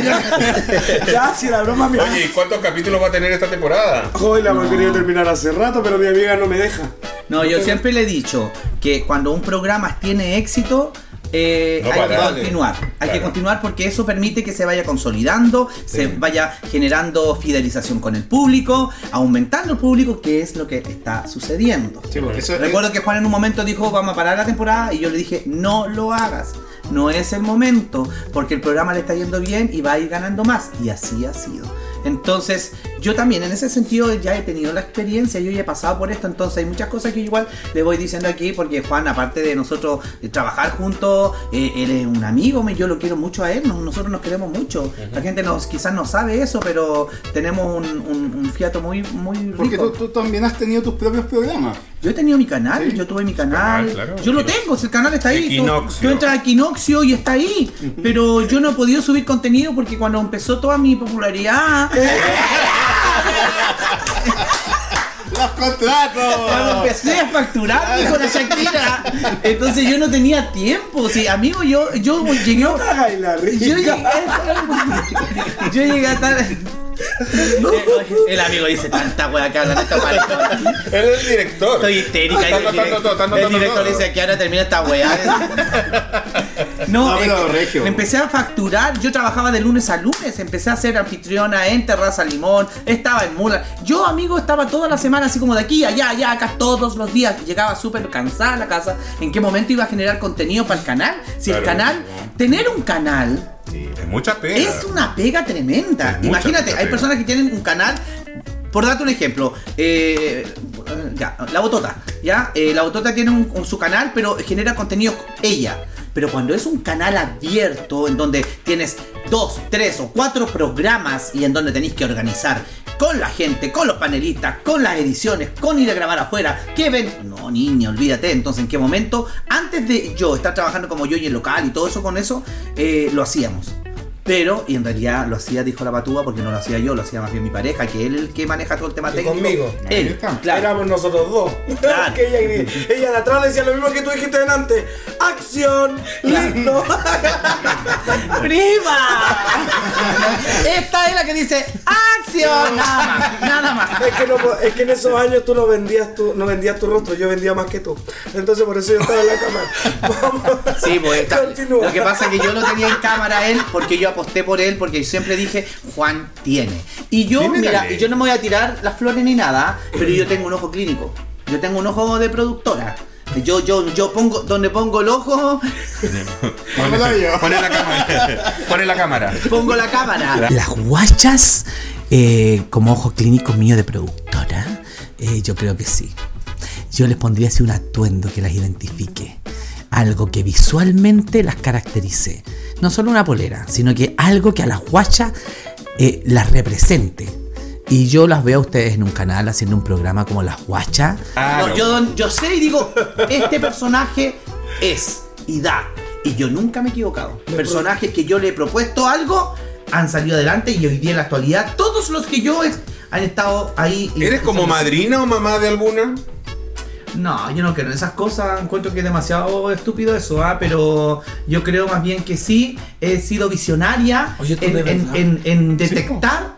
[SPEAKER 2] ya, si la broma, mira.
[SPEAKER 1] Oye, ¿y cuántos capítulos va a tener esta temporada?
[SPEAKER 2] Hoy la hemos querido terminar hace rato, pero mi amiga no me deja.
[SPEAKER 3] No, yo siempre le he dicho que cuando un programa tiene éxito, eh,
[SPEAKER 1] No
[SPEAKER 3] hay que
[SPEAKER 1] parar.
[SPEAKER 3] continuar. Hay que
[SPEAKER 1] Claro.
[SPEAKER 3] continuar porque eso permite que se vaya consolidando, se vaya generando fidelización con el público, aumentando el público, que es lo que está sucediendo.
[SPEAKER 4] Sí, porque eso-
[SPEAKER 3] Recuerdo que Juan en un momento dijo, vamos a parar la temporada, y yo le dije, no lo hagas. No es el momento, porque el programa le está yendo bien y va a ir ganando más. Y así ha sido. Entonces, yo también en ese sentido ya he tenido la experiencia, yo ya he pasado por esto, entonces hay muchas cosas que yo igual le voy diciendo aquí, porque Juan, aparte de nosotros eh, trabajar juntos, eh, él es un amigo, me- yo lo quiero mucho a él, no- nosotros nos queremos mucho. La gente nos quizás no sabe eso, pero tenemos un, un- un fiato muy, muy rico.
[SPEAKER 4] Porque tú, tú también has tenido tus propios programas.
[SPEAKER 3] Yo he tenido mi canal,
[SPEAKER 4] Sí.
[SPEAKER 3] yo tuve mi canal.
[SPEAKER 1] canal, claro.
[SPEAKER 3] yo lo tengo, si el canal está ahí. Tú,
[SPEAKER 1] Equinoccio.
[SPEAKER 3] tú entras a Equinoccio y está ahí. Pero yo no he podido subir contenido porque cuando empezó toda mi popularidad,
[SPEAKER 4] ¡Los
[SPEAKER 3] cuando
[SPEAKER 4] contratos!
[SPEAKER 3] empecé a facturar dijo la Shakira, entonces yo no tenía tiempo. O sea, amigo, yo, yo llegué.
[SPEAKER 2] Ay, la
[SPEAKER 3] Yo llegué,
[SPEAKER 2] rica.
[SPEAKER 3] yo llegué a estar. El amigo dice tanta wea que hablan esta palabra.
[SPEAKER 1] Él es el director.
[SPEAKER 3] Estoy histérica.
[SPEAKER 1] Está
[SPEAKER 3] el,
[SPEAKER 1] anotando todo, está
[SPEAKER 3] director,
[SPEAKER 1] anotando
[SPEAKER 3] el director
[SPEAKER 1] todo.
[SPEAKER 3] dice que ahora termina esta weá.
[SPEAKER 4] No,
[SPEAKER 3] es
[SPEAKER 4] pero
[SPEAKER 3] que
[SPEAKER 4] regio.
[SPEAKER 3] me empecé a facturar. Yo trabajaba de lunes a lunes. Empecé a ser anfitriona en Terraza Limón. Estaba en Mula. Yo, amigo, estaba toda la semana así como de aquí, allá, allá, acá, todos los días. Llegaba súper cansada a la casa. ¿En qué momento iba a generar contenido para el canal? Si el
[SPEAKER 1] Claro,
[SPEAKER 3] canal,
[SPEAKER 1] no.
[SPEAKER 3] tener un canal
[SPEAKER 1] Sí, es mucha pena.
[SPEAKER 3] es una pega tremenda.
[SPEAKER 1] Es mucha,
[SPEAKER 3] Imagínate,
[SPEAKER 1] mucha
[SPEAKER 3] hay
[SPEAKER 1] pega.
[SPEAKER 3] personas que tienen un canal. Por darte un ejemplo, eh, ya, la Botota, ¿ya? Eh, la Botota tiene un- un- su canal, pero genera contenido ella. Pero cuando es un canal abierto, en donde tienes dos, tres o cuatro programas y en donde tenéis que organizar con la gente, con los panelistas, con las ediciones, con ir a grabar afuera, que ven... No, niña, olvídate. Entonces, ¿en qué momento? Antes de yo estar trabajando como yo y el local y todo eso con eso, eh, lo hacíamos. Pero, y en realidad lo hacía, dijo la patúa, porque no lo hacía yo, lo hacía más bien mi pareja, que él es el que maneja todo el tema técnico.
[SPEAKER 2] conmigo.
[SPEAKER 3] Él, claro.
[SPEAKER 2] Éramos nosotros dos.
[SPEAKER 3] Claro.
[SPEAKER 2] Que ella, gri- ella de atrás decía lo mismo que tú dijiste delante. ¡Acción! ¡Listo!
[SPEAKER 3] ¡Prima! Esta es la que dice ¡Acción! Nada más, nada más.
[SPEAKER 2] es, que no po- es que en esos años tú no vendías tu, no vendías tu rostro, yo vendía más que tú. Entonces por eso yo estaba en la cámara. Vamos.
[SPEAKER 3] Sí, pues está-
[SPEAKER 2] Continúa.
[SPEAKER 3] lo que pasa es que yo lo tenía en cámara a él porque yo aposté por él porque siempre dije Juan tiene. Y yo,
[SPEAKER 1] Tiene
[SPEAKER 3] mira,
[SPEAKER 1] talento.
[SPEAKER 3] yo no me voy a tirar las flores ni nada, pero yo tengo un ojo clínico. Yo tengo un ojo de productora. Yo, yo, yo pongo, donde pongo el ojo,
[SPEAKER 4] Vámonos yo.
[SPEAKER 1] Pone la cámara. Pone la cámara.
[SPEAKER 3] pongo la cámara.
[SPEAKER 5] Las guachas, eh, como ojo clínico mío de productora, eh, yo creo que sí. Yo les pondría así un atuendo que las identifique. Algo que visualmente las caracterice. No solo una polera, sino que algo que a las guachas eh, las represente. Y yo las veo a ustedes en un canal haciendo un programa como las guachas.
[SPEAKER 1] Ah,
[SPEAKER 3] No,
[SPEAKER 1] no.
[SPEAKER 3] Yo, don- yo sé y digo, este personaje es y da. Y yo nunca me he equivocado. Personajes que yo le he propuesto algo han salido adelante y hoy día en la actualidad todos los que yo he, han estado ahí. y-
[SPEAKER 1] ¿Eres como madrina o mamá de alguna?
[SPEAKER 3] No, yo no creo en esas cosas. Encuentro que es demasiado estúpido eso, ¿ah? pero yo creo más bien que sí. He sido visionaria
[SPEAKER 2] Oye, tú
[SPEAKER 3] en,
[SPEAKER 2] de
[SPEAKER 3] en-
[SPEAKER 2] verdad.
[SPEAKER 3] en- en detectar,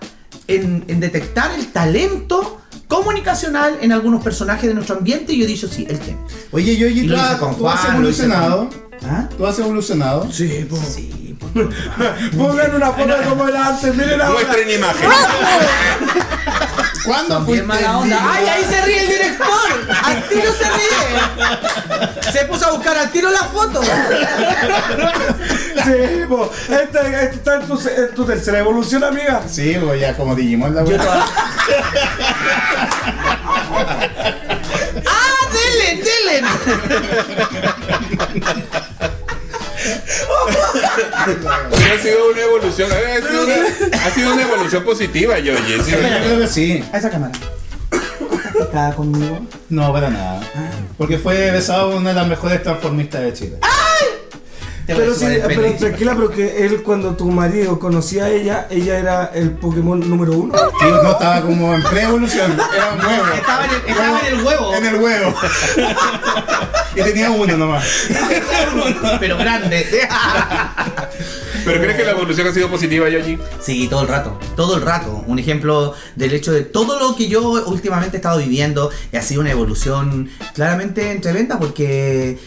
[SPEAKER 3] en, en detectar el talento. comunicacional en algunos personajes de nuestro ambiente y yo he dicho sí, el tema.
[SPEAKER 4] Oye, yo,
[SPEAKER 3] Y
[SPEAKER 4] tú,
[SPEAKER 3] lo hice
[SPEAKER 4] has-
[SPEAKER 3] con
[SPEAKER 4] tú has
[SPEAKER 3] Juan, lo hice
[SPEAKER 4] evolucionado.
[SPEAKER 3] ¿Ah?
[SPEAKER 4] Tú has evolucionado.
[SPEAKER 2] Sí, po.
[SPEAKER 3] Sí,
[SPEAKER 2] Pongan una foto como el antes, miren ahora.
[SPEAKER 1] Muestren imagen.
[SPEAKER 4] ¿Cuándo
[SPEAKER 3] Qué mala onda. ¡Ay, ahí se ríe el director! ¡Al tiro se ríe! Se puso a buscar al tiro la foto. Ah,
[SPEAKER 2] Sí, po. Esta, esta está en tu, en tu tercera evolución, amiga.
[SPEAKER 4] Sí, pues ya como Digimon la
[SPEAKER 3] Yo
[SPEAKER 4] wea.
[SPEAKER 3] toda- ¡Ah, dele, dele!
[SPEAKER 1] Pero ha sido una evolución. a ver, Ha sido una, ha sido una evolución positiva, yo, oye. sí.
[SPEAKER 4] Yo creo que sí.
[SPEAKER 3] A esa cámara. Está conmigo.
[SPEAKER 4] No, para nada. Porque fue besado una de las mejores transformistas de Chile.
[SPEAKER 2] Pero sí, pero tranquila, pero que él cuando tu marido conocía a ella, ella era el Pokémon número uno.
[SPEAKER 4] Sí, no estaba como en pre-evolución, era un huevo.
[SPEAKER 3] Estaba en el- estaba en el huevo.
[SPEAKER 4] En el huevo. y tenía uno nomás.
[SPEAKER 3] Pero grande.
[SPEAKER 1] Pero crees que la evolución ha sido positiva, Yoyi.
[SPEAKER 3] Sí, todo el rato, todo el rato. Un ejemplo del hecho de todo lo que yo últimamente he estado viviendo y ha sido una evolución claramente entre ventas porque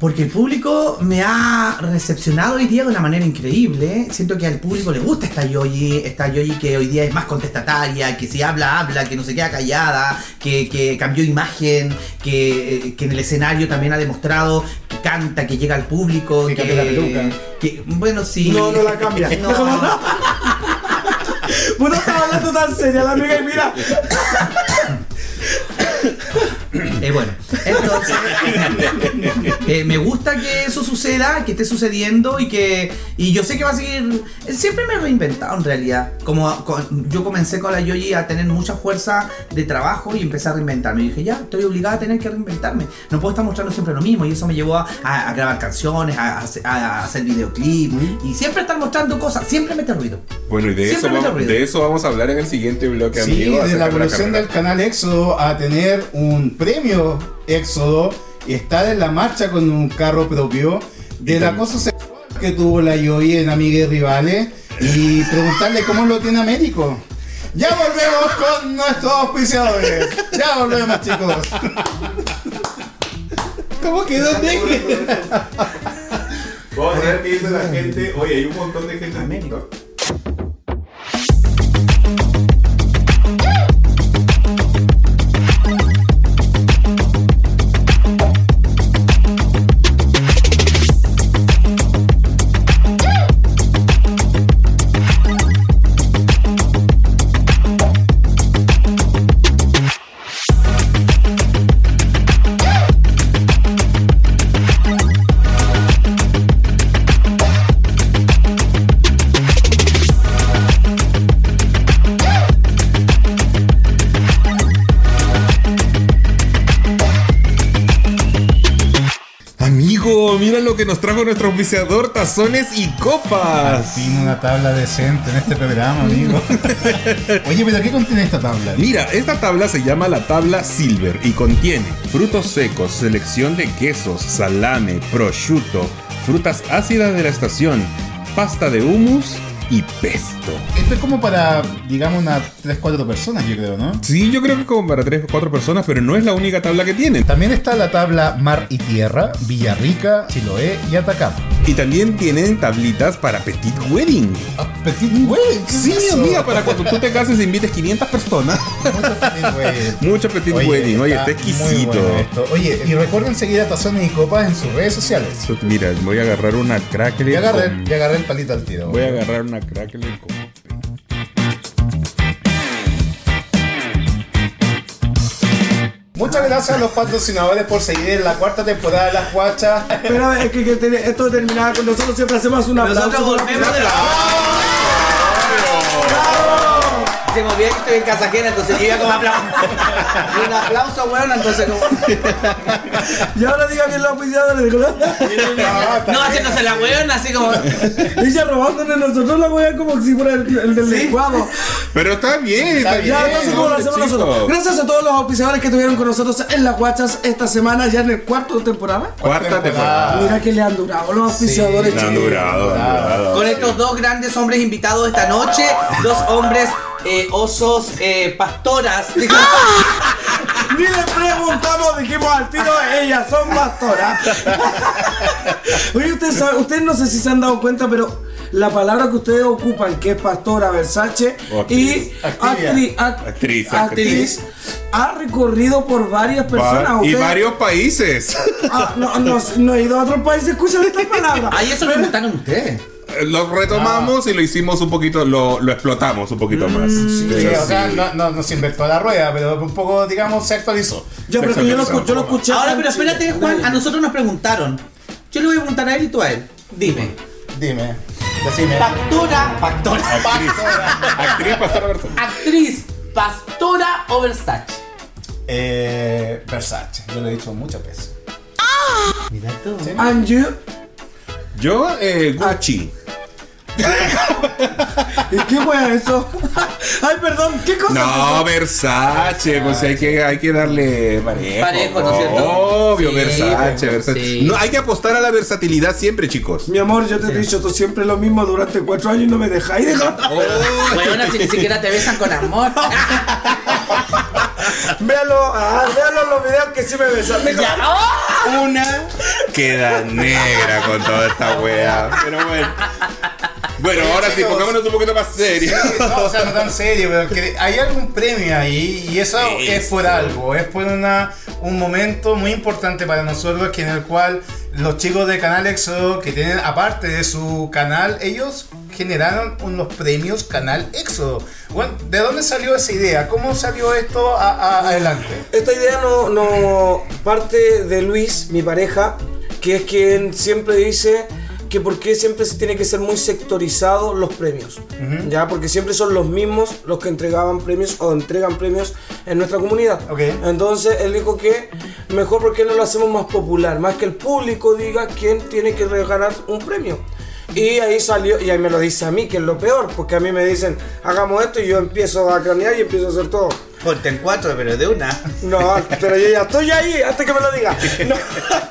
[SPEAKER 3] porque el público me ha recepcionado hoy día de una manera increíble. Siento que al público le gusta esta Yoyi, esta Yoyi que hoy día es más contestataria, que si habla, habla, que no se queda callada, que, que cambió imagen, que, que en el escenario también ha demostrado que canta, que llega al público.
[SPEAKER 4] Que cambia la peluca.
[SPEAKER 3] que- bueno, sí.
[SPEAKER 2] No, no la cambia.
[SPEAKER 3] No.
[SPEAKER 2] Bueno, estaba hablando tan seria la amiga y mira,
[SPEAKER 3] Eh, bueno, entonces eh, me gusta que eso suceda, que esté sucediendo y que y yo sé que va a seguir. Siempre me he reinventado en realidad. Como a- con- yo comencé con la Yoyi a tener mucha fuerza de trabajo y empecé a reinventarme. Y dije ya, estoy obligada a tener que reinventarme. No puedo estar mostrando siempre lo mismo y eso me llevó a, a- a grabar canciones, a, a- a hacer videoclips y siempre estar mostrando cosas. Siempre meter ruido.
[SPEAKER 1] Bueno, y de eso,
[SPEAKER 3] Siempre me
[SPEAKER 1] vamos,
[SPEAKER 3] sorprende.
[SPEAKER 1] de eso vamos a hablar en el siguiente bloque,
[SPEAKER 4] Sí,
[SPEAKER 1] amigo.
[SPEAKER 4] de
[SPEAKER 1] acerca
[SPEAKER 4] la
[SPEAKER 1] de la
[SPEAKER 4] evolución
[SPEAKER 1] carrera.
[SPEAKER 4] del canal Éxodo a tener un premio Éxodo y estar en la marcha con un carro propio.
[SPEAKER 1] Y
[SPEAKER 4] De la
[SPEAKER 1] también-
[SPEAKER 4] cosa sexual que tuvo la Yoyi en Amigas y Rivales y preguntarle cómo lo tiene Américo. Ya volvemos con nuestros auspiciadores. Ya volvemos, chicos.
[SPEAKER 3] ¿Cómo quedó
[SPEAKER 1] Vamos a ver qué dice la gente. Oye, hay un montón de gente en TikTok. Amigo, mira lo que nos trajo nuestro auspiciador, tazones y copas.
[SPEAKER 4] Tiene una tabla decente en este programa, amigo. Oye, pero ¿qué contiene esta tabla?
[SPEAKER 1] Mira, esta tabla se llama la tabla Silver y contiene frutos secos, selección de quesos, salame, prosciutto, frutas ácidas de la estación, pasta de hummus y pesto.
[SPEAKER 4] Esto es como para, digamos, unas 3-4 personas, yo creo, ¿no?
[SPEAKER 1] Sí, yo creo que como para 3 o 4 personas, pero no es la única tabla que tienen.
[SPEAKER 4] También está la tabla Mar y Tierra, Villarrica, Chiloé y Atacama.
[SPEAKER 1] Y también tienen tablitas para Petit Wedding.
[SPEAKER 4] Petit güey, ¿qué
[SPEAKER 1] Sí,
[SPEAKER 4] es eso?
[SPEAKER 1] amiga, para cuando tú te cases invites 500 personas.
[SPEAKER 4] Mucho Petit Güey.
[SPEAKER 1] Mucho Petit Wedding, oye, está
[SPEAKER 4] muy
[SPEAKER 1] exquisito.
[SPEAKER 4] bueno eh. esto. Oye, y recuerden seguir a Tazones y Copas en sus redes sociales.
[SPEAKER 1] Mira, voy a agarrar una crackle.
[SPEAKER 4] Ya agarré,
[SPEAKER 1] con-
[SPEAKER 4] ya agarré el palito al tiro.
[SPEAKER 1] Voy a agarrar una crackle con...
[SPEAKER 4] Muchas gracias a los patrocinadores por seguir en la cuarta temporada de Las Guachas.
[SPEAKER 2] pero es que, que te- esto terminaba con nosotros, siempre hacemos una
[SPEAKER 3] Nosotros volvemos de la. Se me olvidó que estoy en casajera, entonces yo iba como aplauso. Y un aplauso, weón, entonces como.
[SPEAKER 2] Y ahora diga bien los auspiciadores, ¿verdad?
[SPEAKER 3] No, haciéndose la weón, así como.
[SPEAKER 2] Ella robándole nosotros la wea como si fuera el, el del licuado.
[SPEAKER 1] Pero está bien, está,
[SPEAKER 4] Está
[SPEAKER 1] bien.
[SPEAKER 4] bien,
[SPEAKER 2] Ya, entonces, ¿cómo lo hacemos
[SPEAKER 1] Chico.
[SPEAKER 2] nosotros? Gracias a todos los auspiciadores que estuvieron con nosotros en las guachas esta semana, ya en el cuarto de temporada.
[SPEAKER 1] Cuarta temporada.
[SPEAKER 4] temporada.
[SPEAKER 2] Mira que le han durado los auspiciadores,
[SPEAKER 1] La han
[SPEAKER 2] chicos.
[SPEAKER 1] durado, la han durado.
[SPEAKER 3] Con estos dos grandes hombres invitados esta noche, dos hombres eh, osos, eh, pastoras.
[SPEAKER 2] Ah. Ni le preguntamos, dijimos al tiro, ellas son pastoras. Oye, ustedes, saben- ustedes no sé si se han dado cuenta, pero la palabra que ustedes ocupan, que es pastora, Versace
[SPEAKER 1] O actriz.
[SPEAKER 2] y actri-
[SPEAKER 4] Actriz.
[SPEAKER 2] act-
[SPEAKER 1] Actriz,
[SPEAKER 2] actriz, ha recorrido por varias personas.
[SPEAKER 1] Va- y
[SPEAKER 2] Ustedes-
[SPEAKER 1] varios países.
[SPEAKER 2] Ah, no, no, no he ido a otros países escuchando estas palabras.
[SPEAKER 3] Ahí eso lo preguntaron ustedes.
[SPEAKER 1] Lo retomamos y lo hicimos un poquito, lo, lo explotamos un poquito más.
[SPEAKER 4] Mm, Sí,
[SPEAKER 1] Pero
[SPEAKER 4] o sea,
[SPEAKER 1] sí.
[SPEAKER 4] no, no, no se inventó la rueda, pero un poco, digamos, se actualizó.
[SPEAKER 2] Ya, pero es que yo lo, escu- yo lo escuché.
[SPEAKER 3] Ahora,
[SPEAKER 2] en
[SPEAKER 3] pero
[SPEAKER 2] Chile.
[SPEAKER 3] espérate, Juan, a nosotros nos preguntaron. Yo le voy a preguntar a él y tú a él. Dime.
[SPEAKER 4] Dime, decime.
[SPEAKER 3] Pastora, pastora,
[SPEAKER 4] Pastora.
[SPEAKER 1] Actriz Pastora Bertone.
[SPEAKER 3] actriz, pastora o Versace.
[SPEAKER 4] Eh, Versace, yo lo he dicho muchas veces.
[SPEAKER 3] Mira tú.
[SPEAKER 4] Sí.
[SPEAKER 2] And you.
[SPEAKER 1] Yo, eh,
[SPEAKER 4] Ah,
[SPEAKER 1] Gucci.
[SPEAKER 2] ¿Y qué fue eso? Ay, perdón, ¿qué cosa?
[SPEAKER 1] No, Versace, pues hay que, hay que darle parejo.
[SPEAKER 3] Parejo, ¿no es cierto?
[SPEAKER 1] Obvio,
[SPEAKER 3] Sí,
[SPEAKER 1] Versace,
[SPEAKER 3] pues,
[SPEAKER 1] Versace.
[SPEAKER 3] sí.
[SPEAKER 1] No, hay que apostar a la versatilidad siempre, chicos.
[SPEAKER 2] Mi amor, yo te he dicho tú siempre lo mismo durante cuatro años y no me dejáis dejar.
[SPEAKER 1] Oh,
[SPEAKER 3] Bueno, si ni siquiera te besan con amor.
[SPEAKER 2] Véalo, ah, véalo los videos que sí me besan. Dijo,
[SPEAKER 3] Ya. ¡Oh!
[SPEAKER 1] Una queda negra con toda esta wea. Pero bueno. Bueno, ahora sí,
[SPEAKER 4] chicos.
[SPEAKER 1] pongámonos un poquito más
[SPEAKER 4] Sí,
[SPEAKER 1] serios.
[SPEAKER 4] no, o sea, no tan serio, pero que hay algún premio ahí y eso
[SPEAKER 1] Sí,
[SPEAKER 4] es por
[SPEAKER 1] sí.
[SPEAKER 4] algo, es por una, un momento muy importante para nosotros que en el cual los chicos de Canal Exo, que tienen aparte de su canal, ellos generaron unos premios Canal Exo. Bueno, ¿de dónde salió esa idea? ¿Cómo salió esto a- a- adelante?
[SPEAKER 2] Esta idea no, no parte de Luis, mi pareja, que es quien siempre dice que por qué siempre se tiene que ser muy sectorizados los premios. Ya, porque siempre son los mismos los que entregaban premios o entregan premios en nuestra comunidad.
[SPEAKER 4] Ok.
[SPEAKER 2] Entonces él dijo que mejor porque no lo hacemos más popular, más que el público diga quién tiene que ganar un premio. Y ahí salió, y ahí me lo dice a mí, que es lo peor, porque a mí me dicen, hagamos esto y yo empiezo a cranear y empiezo a hacer todo.
[SPEAKER 3] Ponte en cuatro, pero de una.
[SPEAKER 2] No, pero yo ya estoy ahí antes que me lo diga. No,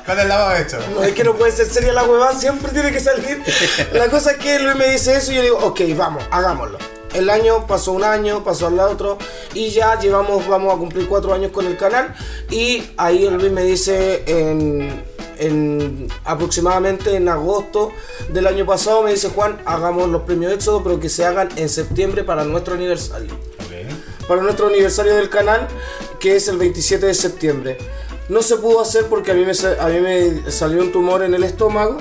[SPEAKER 4] ¿Cuál es la baba de esto?
[SPEAKER 2] no, es que no puede ser seria la huevada, siempre tiene que salir. La cosa es que Luis me dice eso y yo digo, ok, vamos, hagámoslo. El año pasó un año, pasó al otro y ya llevamos, vamos a cumplir cuatro años con el canal. Y ahí el Luis me dice en, en aproximadamente en agosto del año pasado, me dice Juan, hagamos los premios Éxodo, pero que se hagan en septiembre para nuestro aniversario para nuestro aniversario del canal, que es el 27 de septiembre. No se pudo hacer porque a mí me, sa- a mí me salió un tumor en el estómago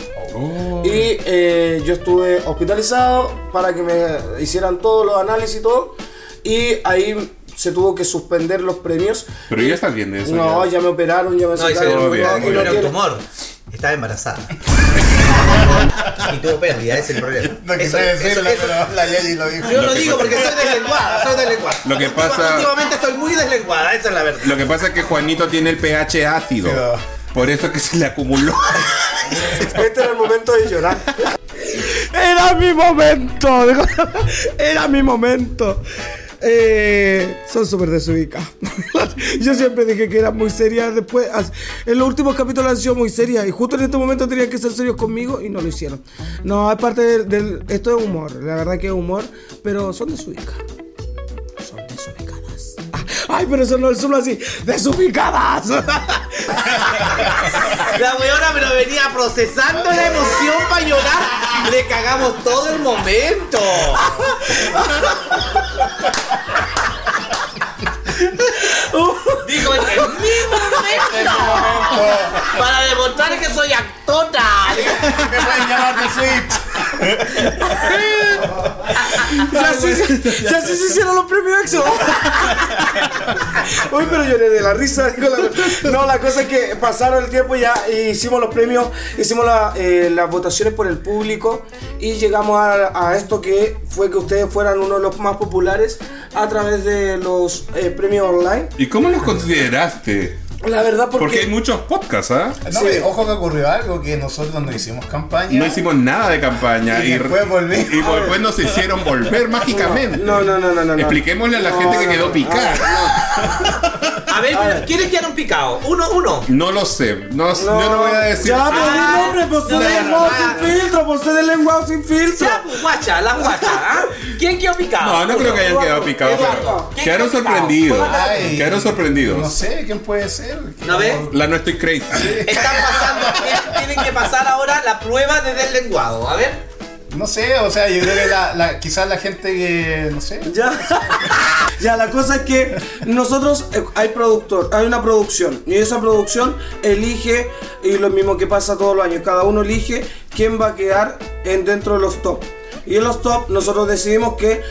[SPEAKER 2] y eh, yo estuve hospitalizado para que me hicieran todos los análisis y todo. Y ahí se tuvo que suspender los premios.
[SPEAKER 1] Pero ya estás bien de eso.
[SPEAKER 2] No,
[SPEAKER 1] ya.
[SPEAKER 2] ya me operaron, ya me
[SPEAKER 3] No, y se
[SPEAKER 1] Todo
[SPEAKER 2] sacaron.
[SPEAKER 1] bien,
[SPEAKER 2] no,
[SPEAKER 1] muy
[SPEAKER 2] y no
[SPEAKER 1] bien.
[SPEAKER 3] era un
[SPEAKER 2] tiene-
[SPEAKER 3] tumor. Estaba embarazada. y tuvo pérdida, ese es el problema.
[SPEAKER 4] No quise
[SPEAKER 3] Eso- eso-
[SPEAKER 4] decirlo,
[SPEAKER 3] eso-
[SPEAKER 4] pero la Yeli lo dijo.
[SPEAKER 3] Yo lo digo porque soy deslenguada, soy deslenguada.
[SPEAKER 1] Lo que
[SPEAKER 3] Última-
[SPEAKER 1] pasa-
[SPEAKER 3] Últimamente estoy muy deslenguada, esa es la verdad.
[SPEAKER 1] Lo que pasa es que Juanito tiene el pH ácido.
[SPEAKER 4] Pero-
[SPEAKER 1] Por eso es que se le acumuló.
[SPEAKER 2] Este era el momento de llorar.
[SPEAKER 7] Era mi momento. dijo. Era mi momento. Eh, son súper desubicadas. Yo siempre dije que eran muy serias. Después, as- en los últimos capítulos han sido muy serias. Y justo en este momento tenían que ser serios conmigo y no lo hicieron. No, es parte del. del- esto es humor. La verdad que es humor. Pero son desubicadas. Son desubicadas. Ah, Ay, pero eso no es solo así. ¡Desubicadas!
[SPEAKER 3] La weona me lo venía procesando la emoción para llorar. Le cagamos todo el momento. Digo, es el mismo momento. Para demostrar que soy actora.
[SPEAKER 4] Me pueden llamar de Switch.
[SPEAKER 2] Ya sí, ya sí se hicieron los premios EXO. Uy, pero lloré de la risa. digo la verdad. No, la cosa es que pasaron el tiempo ya e hicimos los premios, hicimos la, eh, las votaciones por el público y llegamos a, a esto que fue que ustedes fueran uno de los más populares a través de los eh, premios online.
[SPEAKER 1] ¿Y cómo los consideraste?
[SPEAKER 2] La verdad, porque,
[SPEAKER 1] Porque hay muchos podcasts, ¿ah?
[SPEAKER 4] No,
[SPEAKER 2] Sí.
[SPEAKER 4] ojo que ocurrió algo que nosotros no hicimos campaña.
[SPEAKER 1] No hicimos nada de campaña.
[SPEAKER 4] Y después volví.
[SPEAKER 1] y después nos hicieron volver mágicamente.
[SPEAKER 2] No, no, no, no, no, no.
[SPEAKER 1] Expliquémosle a la
[SPEAKER 2] No, Ah,
[SPEAKER 1] gente que
[SPEAKER 2] no,
[SPEAKER 1] quedó
[SPEAKER 2] no.
[SPEAKER 1] picada.
[SPEAKER 8] A ver, pero, ¿quiénes quedaron picados? Uno, uno.
[SPEAKER 1] No lo sé. No, Yo no voy a decir.
[SPEAKER 2] Ya, pues
[SPEAKER 8] Ah,
[SPEAKER 2] di nombre, pues sé
[SPEAKER 8] no,
[SPEAKER 2] de
[SPEAKER 8] no,
[SPEAKER 2] lenguado
[SPEAKER 8] no,
[SPEAKER 2] sin filtro, pues sé de lenguado sin filtro.
[SPEAKER 8] Ya, pues, guacha, las guachas, ¿ah? ¿Quién quedó picado?
[SPEAKER 1] No, no creo que hayan quedado picados.
[SPEAKER 8] Eduardo,
[SPEAKER 1] pero
[SPEAKER 8] ¿quién
[SPEAKER 1] Quedaron
[SPEAKER 8] quedó picado?
[SPEAKER 1] sorprendidos.
[SPEAKER 4] Ay,
[SPEAKER 1] Quedaron
[SPEAKER 4] No
[SPEAKER 1] sorprendidos.
[SPEAKER 4] sé, ¿quién puede ser?
[SPEAKER 8] ¿No ves?
[SPEAKER 1] La no estoy crazy.
[SPEAKER 8] Están pasando, tienen que pasar ahora la prueba de deslenguado. A ver.
[SPEAKER 4] No sé, o sea, yo creo que la, la- quizás la gente que. No sé.
[SPEAKER 2] Ya. ya, la cosa es que nosotros eh, hay productor, hay una producción y esa producción elige y lo mismo que pasa todos los años, cada uno elige quién va a quedar en dentro de los top. Y en los top nosotros decidimos que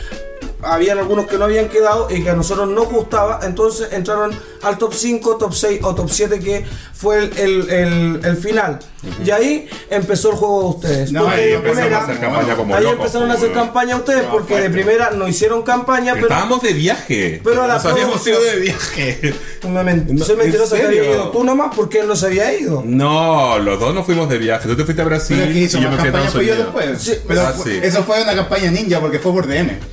[SPEAKER 2] habían algunos que no habían quedado y que a nosotros nos gustaba, entonces entraron al top 5, top 6 o top 7 que fue el, el- el- el final. Y ahí empezó el juego de ustedes.
[SPEAKER 4] No,
[SPEAKER 2] Porque
[SPEAKER 4] ahí
[SPEAKER 2] de
[SPEAKER 1] empezamos
[SPEAKER 2] primera-
[SPEAKER 1] a hacer campaña como
[SPEAKER 2] Ahí
[SPEAKER 1] locos,
[SPEAKER 2] empezaron a hacer
[SPEAKER 1] boludo.
[SPEAKER 2] campaña ustedes
[SPEAKER 1] No,
[SPEAKER 2] porque de
[SPEAKER 1] fuerte.
[SPEAKER 2] primera no hicieron campaña, pero
[SPEAKER 1] Estábamos de viaje.
[SPEAKER 2] Pero la
[SPEAKER 1] Nos habíamos
[SPEAKER 2] producción-
[SPEAKER 1] ido de viaje.
[SPEAKER 2] Una men-
[SPEAKER 1] No,
[SPEAKER 2] soy
[SPEAKER 1] ¿en
[SPEAKER 2] mentiroso que había
[SPEAKER 1] serio?
[SPEAKER 2] ido tú nomás porque él no se había ido.
[SPEAKER 1] No, los dos no fuimos de viaje. Tú te fuiste a Brasil
[SPEAKER 4] Pero que
[SPEAKER 1] y
[SPEAKER 4] hizo
[SPEAKER 1] yo
[SPEAKER 4] más
[SPEAKER 1] me fui a
[SPEAKER 4] campaña
[SPEAKER 1] Estados
[SPEAKER 4] fue yo
[SPEAKER 1] Unidos.
[SPEAKER 4] después.
[SPEAKER 2] Sí.
[SPEAKER 4] Pero
[SPEAKER 1] Ah,
[SPEAKER 4] fu-
[SPEAKER 1] sí.
[SPEAKER 4] eso fue una campaña ninja porque fue por DM.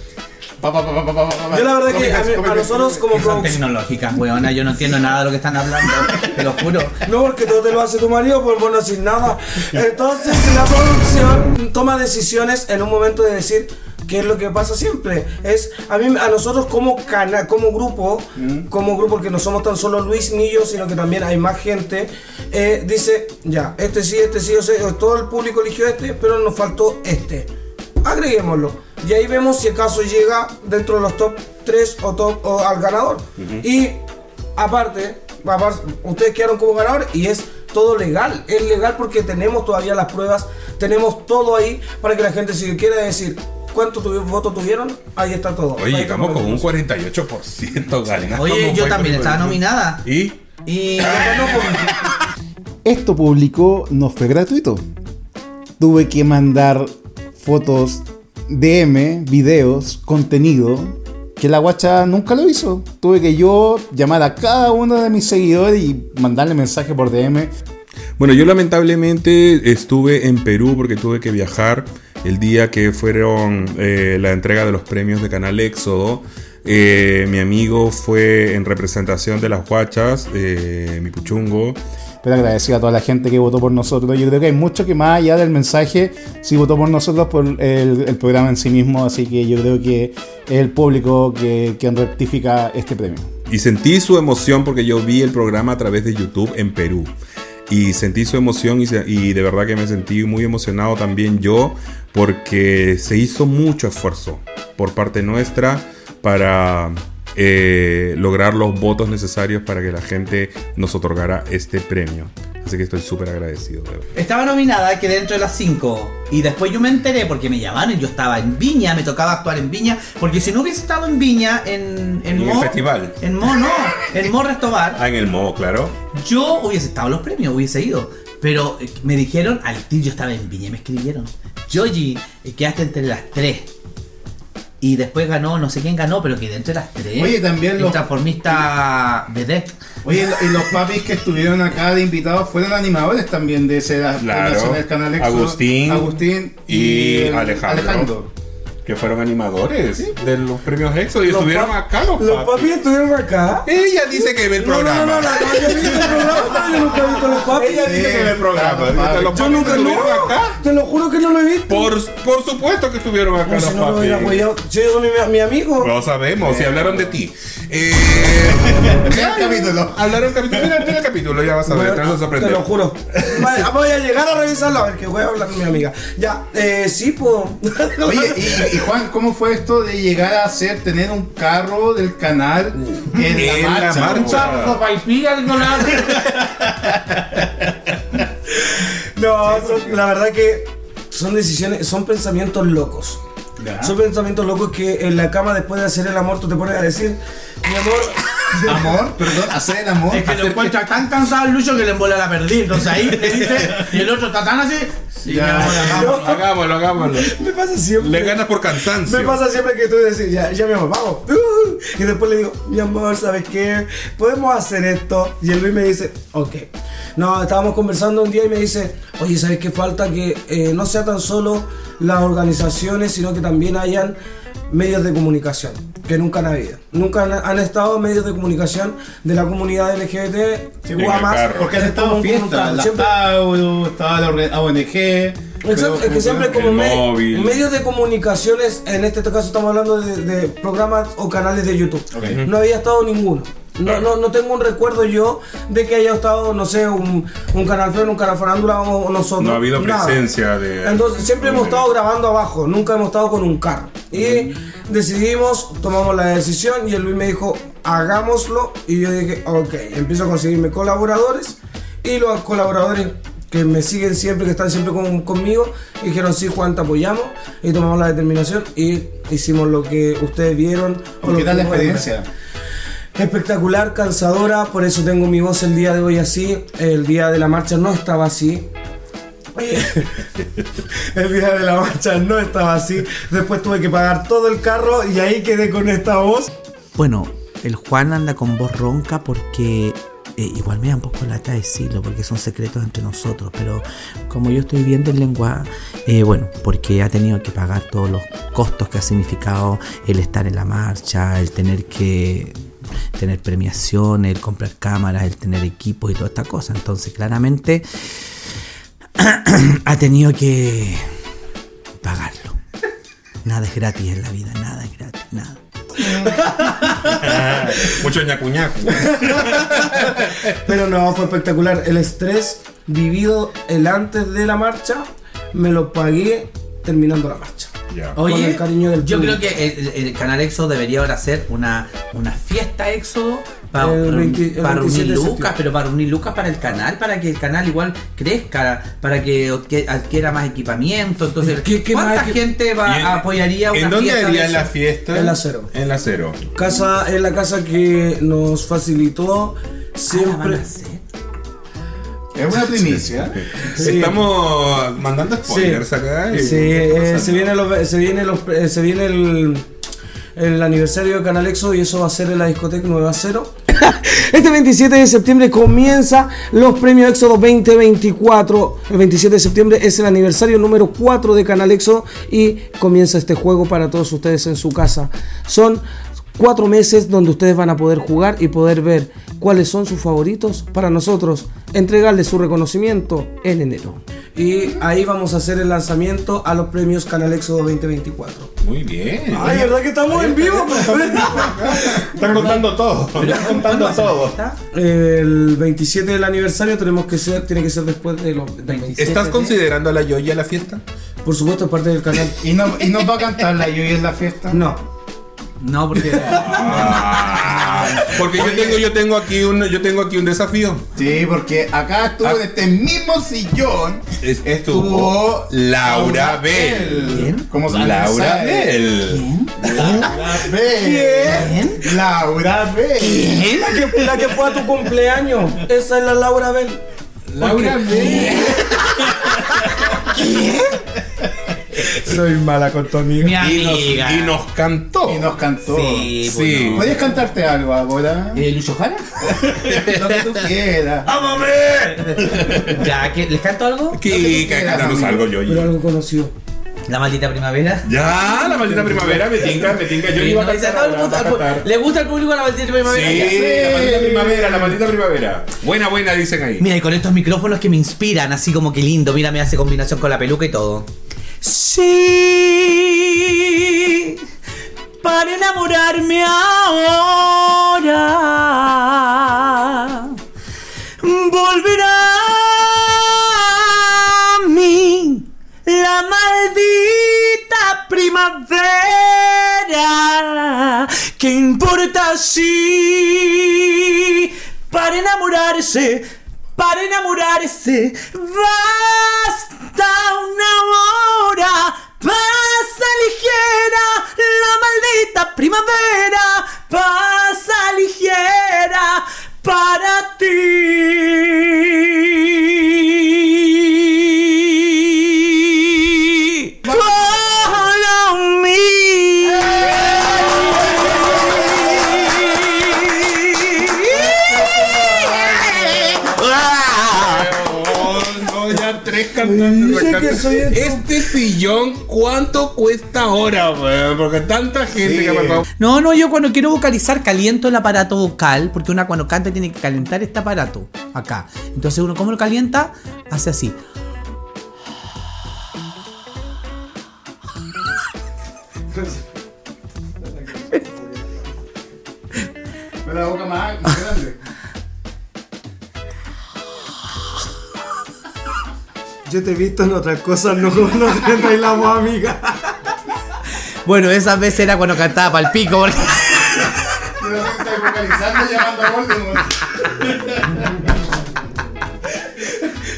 [SPEAKER 4] Pa, pa, pa, pa, pa, pa, pa, pa.
[SPEAKER 2] Yo la verdad
[SPEAKER 4] Copy
[SPEAKER 2] que a,
[SPEAKER 4] paste,
[SPEAKER 2] mí-
[SPEAKER 4] copy
[SPEAKER 2] a
[SPEAKER 4] paste,
[SPEAKER 2] nosotros
[SPEAKER 4] copy
[SPEAKER 2] como
[SPEAKER 3] Son
[SPEAKER 2] producción...
[SPEAKER 3] tecnológicas, weona. Yo no entiendo nada de lo que están hablando. Te lo juro.
[SPEAKER 2] No, porque todo te lo hace tu marido, pues bueno, sin nada. Entonces la producción toma decisiones en un momento de decir qué es lo que pasa siempre. Es a mí, a nosotros como cana, como grupo, como grupo que no somos tan solo Luis ni yo, sino que también hay más gente. eh, dice ya, este sí, este sí, o sea, todo el público eligió este, pero nos faltó este. Agreguémoslo. Y ahí vemos si acaso llega dentro de los top 3 o, top, o al ganador. Y Aparte, apar- ustedes quedaron como ganador y es todo legal. Es legal porque tenemos todavía las pruebas, tenemos todo ahí para que la gente, si quiere decir cuánto tuvi- votos tuvieron, ahí está todo.
[SPEAKER 1] Oye,
[SPEAKER 2] Ahí
[SPEAKER 1] llegamos
[SPEAKER 2] está
[SPEAKER 1] con un
[SPEAKER 2] todo.
[SPEAKER 1] 48%, ganamos.
[SPEAKER 3] Oye, yo
[SPEAKER 1] güey,
[SPEAKER 3] también
[SPEAKER 1] con-
[SPEAKER 3] estaba nominada.
[SPEAKER 1] ¿Y?
[SPEAKER 3] Y.
[SPEAKER 4] Esto publicó no fue gratuito. Tuve que mandar fotos, DM, videos, contenido, que la guacha nunca lo hizo. Tuve que yo llamar a cada uno de mis seguidores y mandarle mensaje por DM.
[SPEAKER 1] Bueno, yo lamentablemente estuve en Perú porque tuve que viajar el día que fueron eh, la entrega de los premios de Canal Éxodo. Eh, mi amigo fue en representación de las guachas, eh, mi puchungo.
[SPEAKER 4] Pero agradecido a toda la gente que votó por nosotros. Yo creo que hay mucho que más allá del mensaje, si votó por nosotros, por el, el programa en sí mismo. Así que yo creo que es el público que, quien rectifica este premio.
[SPEAKER 1] Y sentí su emoción porque yo vi el programa a través de YouTube en Perú. Y sentí su emoción y, se- y de verdad que me sentí muy emocionado también yo porque se hizo mucho esfuerzo por parte nuestra para eh, lograr los votos necesarios para que la gente nos otorgara este premio. Así que estoy súper agradecido. de verdad.
[SPEAKER 3] Estaba nominada que dentro de las 5. Y después yo me enteré porque me llamaron. Yo estaba en Viña, me tocaba actuar en Viña. Porque si no hubiese estado en Viña, en, en
[SPEAKER 1] En
[SPEAKER 3] Mo.
[SPEAKER 1] el festival.
[SPEAKER 3] En Mo, no. En Mo Restobar,
[SPEAKER 1] Ah, en el modo, claro.
[SPEAKER 3] yo hubiese estado en los premios, hubiese ido. Pero eh, me dijeron, al tiro yo estaba en Viña y me escribieron. Yoji, eh, quedaste entre las 3. Y después ganó, no sé quién ganó, pero quedé entre las 3.
[SPEAKER 4] Oye, también
[SPEAKER 3] El
[SPEAKER 4] los-
[SPEAKER 3] transformista Vedette.
[SPEAKER 4] Oye, y los papis que estuvieron acá de invitados fueron animadores también de ese la
[SPEAKER 1] Claro.
[SPEAKER 4] programación del canal Éxodo.
[SPEAKER 1] Agustín.
[SPEAKER 4] Agustín
[SPEAKER 1] Y
[SPEAKER 4] el-
[SPEAKER 1] Alejandro. Que fueron animadores de los premios Éxodo y
[SPEAKER 2] Los
[SPEAKER 1] estuvieron
[SPEAKER 2] pa-
[SPEAKER 1] acá los,
[SPEAKER 2] Los
[SPEAKER 1] papis.
[SPEAKER 2] papis estuvieron acá.
[SPEAKER 1] Ella dice que ve el
[SPEAKER 2] No, no,
[SPEAKER 1] programa.
[SPEAKER 2] no, no, no, yo he visto el programa, yo nunca he visto los papis.
[SPEAKER 1] Ella dice que ve el programa.
[SPEAKER 4] claro,
[SPEAKER 1] Hasta los
[SPEAKER 2] Yo
[SPEAKER 1] papis
[SPEAKER 2] nunca
[SPEAKER 1] estuvieron
[SPEAKER 2] no,
[SPEAKER 1] acá.
[SPEAKER 2] Te lo juro que no lo he visto.
[SPEAKER 1] Por, por supuesto que estuvieron acá
[SPEAKER 2] No,
[SPEAKER 1] los
[SPEAKER 2] si no lo hubiera
[SPEAKER 1] papis.
[SPEAKER 2] apoyado. Si ellos son mi, mi amigo.
[SPEAKER 1] Lo sabemos, si hablaron de ti. Eh,
[SPEAKER 4] Vean el capítulo.
[SPEAKER 1] Hablaron capítulo. Mira, mira el capítulo, ya vas a ver, te vas a
[SPEAKER 2] te
[SPEAKER 1] sorprender.
[SPEAKER 2] lo juro. Vale, Voy a llegar a revisarlo. A ver, que voy a hablar con mi amiga. Ya, eh, sí, po.
[SPEAKER 4] Oye, y, y Juan, ¿cómo fue esto de llegar a ser, tener un carro del canal
[SPEAKER 2] Uh.
[SPEAKER 4] en la
[SPEAKER 1] En la
[SPEAKER 4] marcha?
[SPEAKER 1] marcha.
[SPEAKER 4] Ah.
[SPEAKER 2] No, son- la verdad que son decisiones, son pensamientos locos. Son pensamientos locos que en la cama después de hacer el amor tú te pones a decir, mi amor,
[SPEAKER 4] Amor, perdón, hacer el amor.
[SPEAKER 3] Es que lo
[SPEAKER 4] hacer
[SPEAKER 3] encuentra tan cansado el Lucho que le embola la perdí. Entonces ahí le dice, y el otro está tan así. Sí,
[SPEAKER 4] Ya.
[SPEAKER 3] mi amor, hagamos.
[SPEAKER 1] Hagámoslo, hagámoslo.
[SPEAKER 2] me pasa siempre.
[SPEAKER 1] Le ganas por
[SPEAKER 2] Me
[SPEAKER 1] cansancio.
[SPEAKER 2] pasa siempre que tú decís, ya, ya mi amor, vamos. Y después le digo, mi amor, ¿sabes qué? Podemos hacer esto. Y el Luis me dice, ok. No, estábamos conversando un día y me dice, oye, ¿sabes qué falta? Que eh, no sea tan solo las organizaciones, sino que también hayan medios de comunicación, que nunca han habido. Nunca han, han estado medios de comunicación de la comunidad LGBT,
[SPEAKER 1] en el
[SPEAKER 2] guamas,
[SPEAKER 1] carro.
[SPEAKER 4] Porque han
[SPEAKER 2] es
[SPEAKER 4] estado
[SPEAKER 2] como-
[SPEAKER 4] fiestas, la
[SPEAKER 2] siempre-
[SPEAKER 4] TAU, estaba la orga- ONG.
[SPEAKER 2] Exacto, es que siempre como
[SPEAKER 1] el
[SPEAKER 2] me-
[SPEAKER 1] móvil.
[SPEAKER 2] medios de comunicaciones, en este caso estamos hablando de, de programas o canales de YouTube.
[SPEAKER 4] Ok.
[SPEAKER 2] No había estado ninguno. No, no, no tengo un recuerdo yo de que haya estado, no sé, un, un canal feo, un canal farándula o, o nosotros.
[SPEAKER 1] No ha habido
[SPEAKER 2] nada.
[SPEAKER 1] presencia de.
[SPEAKER 2] Entonces siempre hemos estado grabando abajo, nunca hemos estado con un carro. Y decidimos, tomamos la decisión y el Luis me dijo, hagámoslo. Y yo dije, ok, empiezo a conseguirme colaboradores. Y los colaboradores que me siguen siempre, que están siempre con- conmigo, dijeron, sí, Juan, te apoyamos. Y tomamos la determinación y hicimos lo que ustedes vieron. o lo
[SPEAKER 4] ¿Qué tal la
[SPEAKER 2] que pueden ver.
[SPEAKER 4] experiencia?
[SPEAKER 2] Espectacular, cansadora, por eso tengo mi voz el día de hoy así. El día de la marcha no estaba así. El día de la marcha no estaba así. Después tuve que pagar todo el carro y ahí quedé con esta voz.
[SPEAKER 5] Bueno, el Juan anda con voz ronca porque eh, igual me da un poco lata decirlo porque son secretos entre nosotros, pero como yo estoy viendo el lenguaje, eh, bueno, porque ha tenido que pagar todos los costos que ha significado el estar en la marcha, el tener que tener premiaciones, el comprar cámaras, el tener equipos y toda esta cosa. Entonces, claramente ha tenido que pagarlo. Nada es gratis en la vida, nada es gratis, nada.
[SPEAKER 1] Ah, Mucho ñacuñacu.
[SPEAKER 2] Pero no, fue espectacular. El estrés vivido el antes de la marcha me lo pagué terminando la marcha.
[SPEAKER 1] ya.
[SPEAKER 2] Con el
[SPEAKER 3] Oye,
[SPEAKER 2] cariño del
[SPEAKER 3] yo creo
[SPEAKER 2] público.
[SPEAKER 3] que el, el canal Éxodo debería ahora hacer una, una fiesta Éxodo para,
[SPEAKER 2] El 20 el
[SPEAKER 3] para reunir
[SPEAKER 2] 27 de
[SPEAKER 3] lucas,
[SPEAKER 2] septiembre.
[SPEAKER 3] pero para reunir lucas para el canal, para que el canal igual crezca, para que adqui- adquiera más equipamiento. Entonces,
[SPEAKER 2] ¿Qué- qué
[SPEAKER 3] ¿cuánta
[SPEAKER 2] más equi-
[SPEAKER 3] gente va,
[SPEAKER 1] ¿Y en-
[SPEAKER 3] apoyaría una
[SPEAKER 1] ¿En dónde
[SPEAKER 3] fiesta de
[SPEAKER 1] harían la
[SPEAKER 3] Éxodo?
[SPEAKER 1] fiesta?
[SPEAKER 2] En la cero.
[SPEAKER 1] En la cero.
[SPEAKER 2] Casa es la casa que nos facilitó
[SPEAKER 3] Ah, la van a
[SPEAKER 2] siempre.
[SPEAKER 3] hacer.
[SPEAKER 4] Es una primicia.
[SPEAKER 2] Sí.
[SPEAKER 1] Estamos mandando spoilers acá. y-
[SPEAKER 2] Sí, eh, se viene, los- se viene, los- eh, se viene el, el aniversario de Canal Exo y eso va a ser en la discoteca 9 a 0. Este 27 de septiembre comienza los premios Éxodo 2024. El 27 de septiembre es el aniversario número 4 de Canal Éxodo y comienza este juego para todos ustedes en su casa. Son cuatro meses donde ustedes van a poder jugar y poder ver cuáles son sus favoritos para nosotros entregarles su reconocimiento en enero. Y ahí vamos a hacer el lanzamiento a los premios Canal Éxodo 2024.
[SPEAKER 1] Muy bien.
[SPEAKER 2] Ay, ¿verdad que estamos en vivo?
[SPEAKER 1] Están contando todo. Están contando todo.
[SPEAKER 2] El 27 del aniversario tenemos que ser, tiene que ser después de los 27.
[SPEAKER 1] ¿Estás considerando a la Yoyi a la fiesta?
[SPEAKER 2] Por supuesto, es parte del canal.
[SPEAKER 4] ¿Y no, ¿Y no va a cantar la Yoyi en la fiesta?
[SPEAKER 2] No.
[SPEAKER 3] No, porque
[SPEAKER 1] Porque yo tengo, yo tengo aquí un, yo tengo aquí un desafío.
[SPEAKER 4] Sí, porque acá estuvo
[SPEAKER 1] Ah.
[SPEAKER 4] en este mismo sillón.
[SPEAKER 1] Es- estuvo Laura Bell.
[SPEAKER 4] ¿Quién? ¿Cómo se llama?
[SPEAKER 1] Laura
[SPEAKER 4] Sabe.
[SPEAKER 1] Bell.
[SPEAKER 4] Laura Bell. ¿Quién? Laura Bell.
[SPEAKER 2] La que, la que fue a tu cumpleaños. Esa es la Laura Bell.
[SPEAKER 4] Laura Bell.
[SPEAKER 2] Soy mala con tu amiga.
[SPEAKER 3] mi
[SPEAKER 1] Y nos,
[SPEAKER 3] amiga.
[SPEAKER 1] y nos cantó.
[SPEAKER 4] Y nos cantó.
[SPEAKER 3] Sí, pues
[SPEAKER 1] Sí.
[SPEAKER 3] bueno.
[SPEAKER 4] ¿Podías cantarte algo ahora?
[SPEAKER 3] ¿Eh, ¿Lucho Jara?
[SPEAKER 4] Lo que tú quieras.
[SPEAKER 1] ¡Ámame!
[SPEAKER 3] ya, ¿qué- ¿les canto algo?
[SPEAKER 1] Que que cántanos algo,
[SPEAKER 2] Pero
[SPEAKER 1] Yoyi.
[SPEAKER 2] algo conocido.
[SPEAKER 3] La maldita primavera.
[SPEAKER 1] Ya, la maldita primavera me tinca, me tinca. Yo
[SPEAKER 3] Sí,
[SPEAKER 1] iba a
[SPEAKER 3] no, dice,
[SPEAKER 1] cantar.
[SPEAKER 3] todo el
[SPEAKER 1] ahora,
[SPEAKER 3] mundo-
[SPEAKER 1] va a cantar.
[SPEAKER 3] ¿Le gusta al público la maldita primavera?
[SPEAKER 1] Sí,
[SPEAKER 3] Ya.
[SPEAKER 1] la maldita primavera, la maldita primavera. Buena, buena, dicen ahí.
[SPEAKER 3] Mira, y con estos micrófonos que me inspiran, así como que lindo. Mira, me hace combinación con la peluca y todo. Sí, para enamorarme ahora. Volverá a mí la maldita primavera. ¿Qué importa si para enamorarse para enamorarse basta una hora. Pasa ligera la maldita primavera. Pasa ligera para ti. Follow me.
[SPEAKER 1] tres cantando.
[SPEAKER 2] Dice
[SPEAKER 1] cantando.
[SPEAKER 2] que soy el-
[SPEAKER 1] Este sillón, ¿cuánto cuesta ahora, weón? Porque tanta gente
[SPEAKER 4] Sí.
[SPEAKER 1] que ha pasado.
[SPEAKER 3] No, no, yo cuando quiero vocalizar caliento el aparato vocal, porque una cuando canta tiene que calentar este aparato acá. Entonces uno, ¿cómo lo calienta? Hace así.
[SPEAKER 4] Con la boca más más grande.
[SPEAKER 2] Yo te he visto en otras cosas, no, no te bailamos, amiga.
[SPEAKER 3] Bueno, esas veces era cuando cantaba pal pico. porque-
[SPEAKER 4] Pero está vocalizando llamando a Voldemort.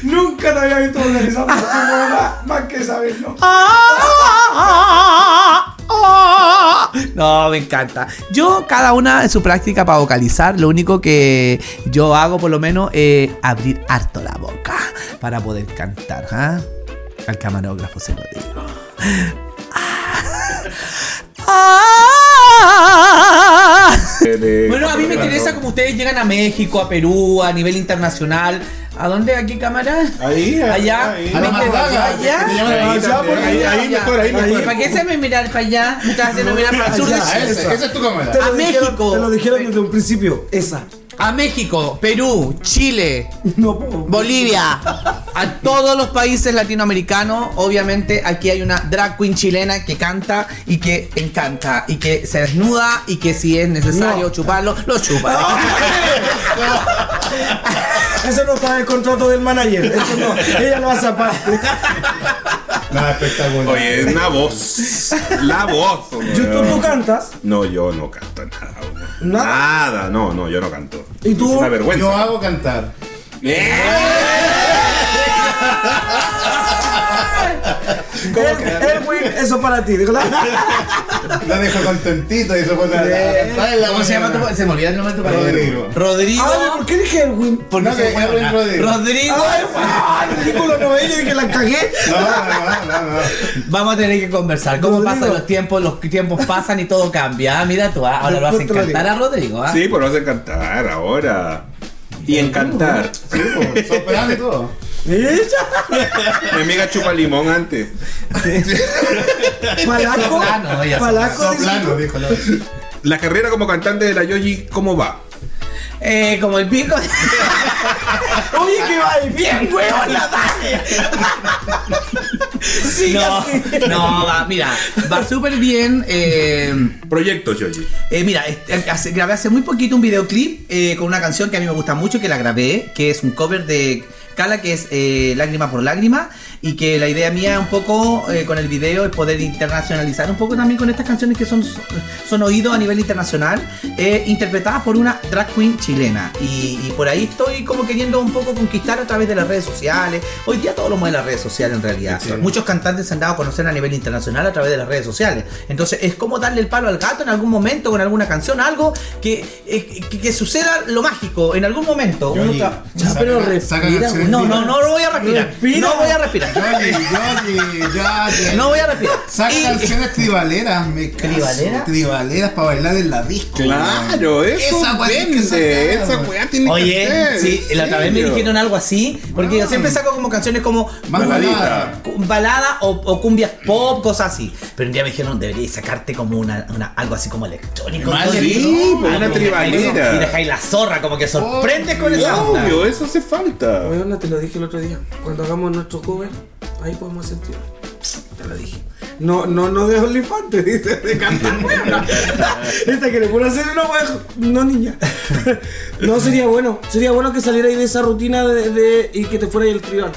[SPEAKER 2] Nunca te había visto organizando esa huevona, más que saberlo.
[SPEAKER 3] Ah, ah, No, me encanta. Yo, cada una en su práctica para vocalizar, lo único que yo hago por lo menos es abrir harto la boca para poder cantar. ¿ah? Al camarógrafo se lo digo. Ah, ah. Bueno, a mí me interesa como ustedes llegan a México, a Perú, a nivel internacional. ¿A dónde? ¿Aquí, cámara?
[SPEAKER 1] Ahí,
[SPEAKER 3] Allá.
[SPEAKER 1] ahí.
[SPEAKER 4] A la
[SPEAKER 3] Viste,
[SPEAKER 4] madrugada.
[SPEAKER 3] allá.
[SPEAKER 4] que te llaman a la
[SPEAKER 1] Ahí
[SPEAKER 4] madrugada.
[SPEAKER 1] también, ahí, ahí mejor, ahí mejor.
[SPEAKER 3] ¿Para qué se me mirar para allá? Me estás haciendo mirar para el sur de
[SPEAKER 4] Ah,
[SPEAKER 3] Chile.
[SPEAKER 4] ese- Esa es tu cámara.
[SPEAKER 3] A México.
[SPEAKER 2] Te lo dijeron desde un principio, esa.
[SPEAKER 3] A México, Perú, Chile,
[SPEAKER 2] No, pues, po.
[SPEAKER 3] Bolivia, a todos los países latinoamericanos. Obviamente, aquí hay una drag queen chilena que canta y que encanta y que se desnuda y que si es necesario chuparlo, lo chupa.
[SPEAKER 4] Ah,
[SPEAKER 2] Eso no está en el contrato del manager. Eso no. Ella lo hace aparte.
[SPEAKER 4] Nada espectacular.
[SPEAKER 1] Oye, es una voz. La voz. weón.
[SPEAKER 2] Yo, tú, tú cantas.
[SPEAKER 1] No, yo no canto nada. weón.
[SPEAKER 2] ¿Nada?
[SPEAKER 1] Nada, no, no, yo no canto.
[SPEAKER 2] ¿Y tú?
[SPEAKER 1] Es una vergüenza.
[SPEAKER 4] Yo hago cantar.
[SPEAKER 1] ¡Eh!
[SPEAKER 2] El- Elwin, eso es para ti. déjala.
[SPEAKER 4] La dejo contentito y se pone a a cantar en la
[SPEAKER 3] ¿Cómo se llama tu
[SPEAKER 4] mañana.
[SPEAKER 3] Se me olvidó el nombre de tu pareja.
[SPEAKER 4] Rodrigo. Ah,
[SPEAKER 3] Rodrigo.
[SPEAKER 2] Ay, ¿por qué dije Elwin?
[SPEAKER 3] porque
[SPEAKER 4] No,
[SPEAKER 3] se
[SPEAKER 4] que
[SPEAKER 3] fue
[SPEAKER 4] Edwin
[SPEAKER 3] una-
[SPEAKER 4] Rodrigo.
[SPEAKER 3] Rodrigo.
[SPEAKER 2] Ay, ah, ridículo, no veía que la cagué.
[SPEAKER 4] No, no, no, no, no.
[SPEAKER 3] Vamos a tener que conversar. ¿Cómo
[SPEAKER 2] Rodrigo.
[SPEAKER 3] pasan los tiempos? Los tiempos pasan y todo cambia. Ah, mira tú, ah, ahora lo hacen
[SPEAKER 2] Rodrigo.
[SPEAKER 3] cantar a Rodrigo. ah.
[SPEAKER 1] Sí, pero vas a cantar ahora. Y encantar.
[SPEAKER 4] Sí, Soprano y todo.
[SPEAKER 2] Ella,
[SPEAKER 1] Mi amiga chupa limón antes.
[SPEAKER 2] palaco.
[SPEAKER 1] Ah,
[SPEAKER 3] Soplano, ella
[SPEAKER 2] Palaco. dice-
[SPEAKER 4] Soprano, dijo la.
[SPEAKER 1] La carrera como cantante de la Yoyi, ¿cómo va?
[SPEAKER 3] Eh, como el pico.
[SPEAKER 2] Oye, que va bien, huevona. Sí,
[SPEAKER 3] No,
[SPEAKER 2] así.
[SPEAKER 3] no, va, mira, va súper bien. eh,
[SPEAKER 1] Proyectos, Yoyi.
[SPEAKER 3] eh, mira, este, hace- grabé hace muy poquito un videoclip eh, con una canción que a mí me gusta mucho, que la grabé, que es un cover de Cala, que es eh, Lágrima por Lágrima, y que la idea mía un poco eh, con el video es poder internacionalizar un poco también con estas canciones que son, son oídos a nivel internacional, eh, interpretadas por una drag queen chilena. Y, y por ahí estoy como queriendo un poco conquistar a través de las redes sociales. Hoy día todo lo mueve las redes sociales en realidad. Muchos cantantes se han dado a conocer a nivel internacional a través de las redes sociales. Entonces es como darle el palo al gato en algún momento, con alguna canción, algo que, eh, que, que suceda lo mágico en algún momento. Uno
[SPEAKER 4] Yoyi,
[SPEAKER 3] tra-
[SPEAKER 2] Ya,
[SPEAKER 4] saca-
[SPEAKER 2] pero
[SPEAKER 4] saca
[SPEAKER 2] respira,
[SPEAKER 4] canciones
[SPEAKER 3] no, no,
[SPEAKER 4] vivas.
[SPEAKER 3] no lo voy a respirar.
[SPEAKER 2] Respira.
[SPEAKER 3] No voy a respirar.
[SPEAKER 4] Yoyi, Yoyi, Yoyi.
[SPEAKER 3] No voy a respirar.
[SPEAKER 4] Saca
[SPEAKER 3] Y-
[SPEAKER 4] canciones tribaleras, me caso.
[SPEAKER 3] ¿Tribaleras?
[SPEAKER 4] Tribaleras para bailar en la disco.
[SPEAKER 1] Claro, eso
[SPEAKER 4] Esa weá tiene que
[SPEAKER 1] vende.
[SPEAKER 4] sacar,
[SPEAKER 1] Esa
[SPEAKER 4] weón.
[SPEAKER 1] weá tiene que
[SPEAKER 3] Oye,
[SPEAKER 1] ser.
[SPEAKER 3] sí, la otra vez me dijeron algo así, porque yo siempre saco como canciones como
[SPEAKER 4] Más
[SPEAKER 1] Baladita.
[SPEAKER 4] balada.
[SPEAKER 3] cu- balada o, o cumbias pop, cosas así. Pero un día me dijeron, deberías sacarte como una, una- algo así como electrónico.
[SPEAKER 4] Más
[SPEAKER 3] Entonces,
[SPEAKER 4] sí,
[SPEAKER 3] digo,
[SPEAKER 1] pues,
[SPEAKER 3] ah,
[SPEAKER 1] una
[SPEAKER 3] como que
[SPEAKER 1] tribalera.
[SPEAKER 3] ahí- Y dejáis la zorra, como que sorprendes con esa onda.
[SPEAKER 1] Obvio, eso hace falta.
[SPEAKER 2] Weona, te lo dije el otro día. Cuando hagamos nuestro cover, ahí podemos sentir. Te lo dije. No, no, no de OnlyFans, te dice de cantar, weona. Esta que le pone hacer una wea. No, niña. No, sería bueno. Sería bueno que saliera ahí de esa rutina de, de- y que te fuera ahí el tribal.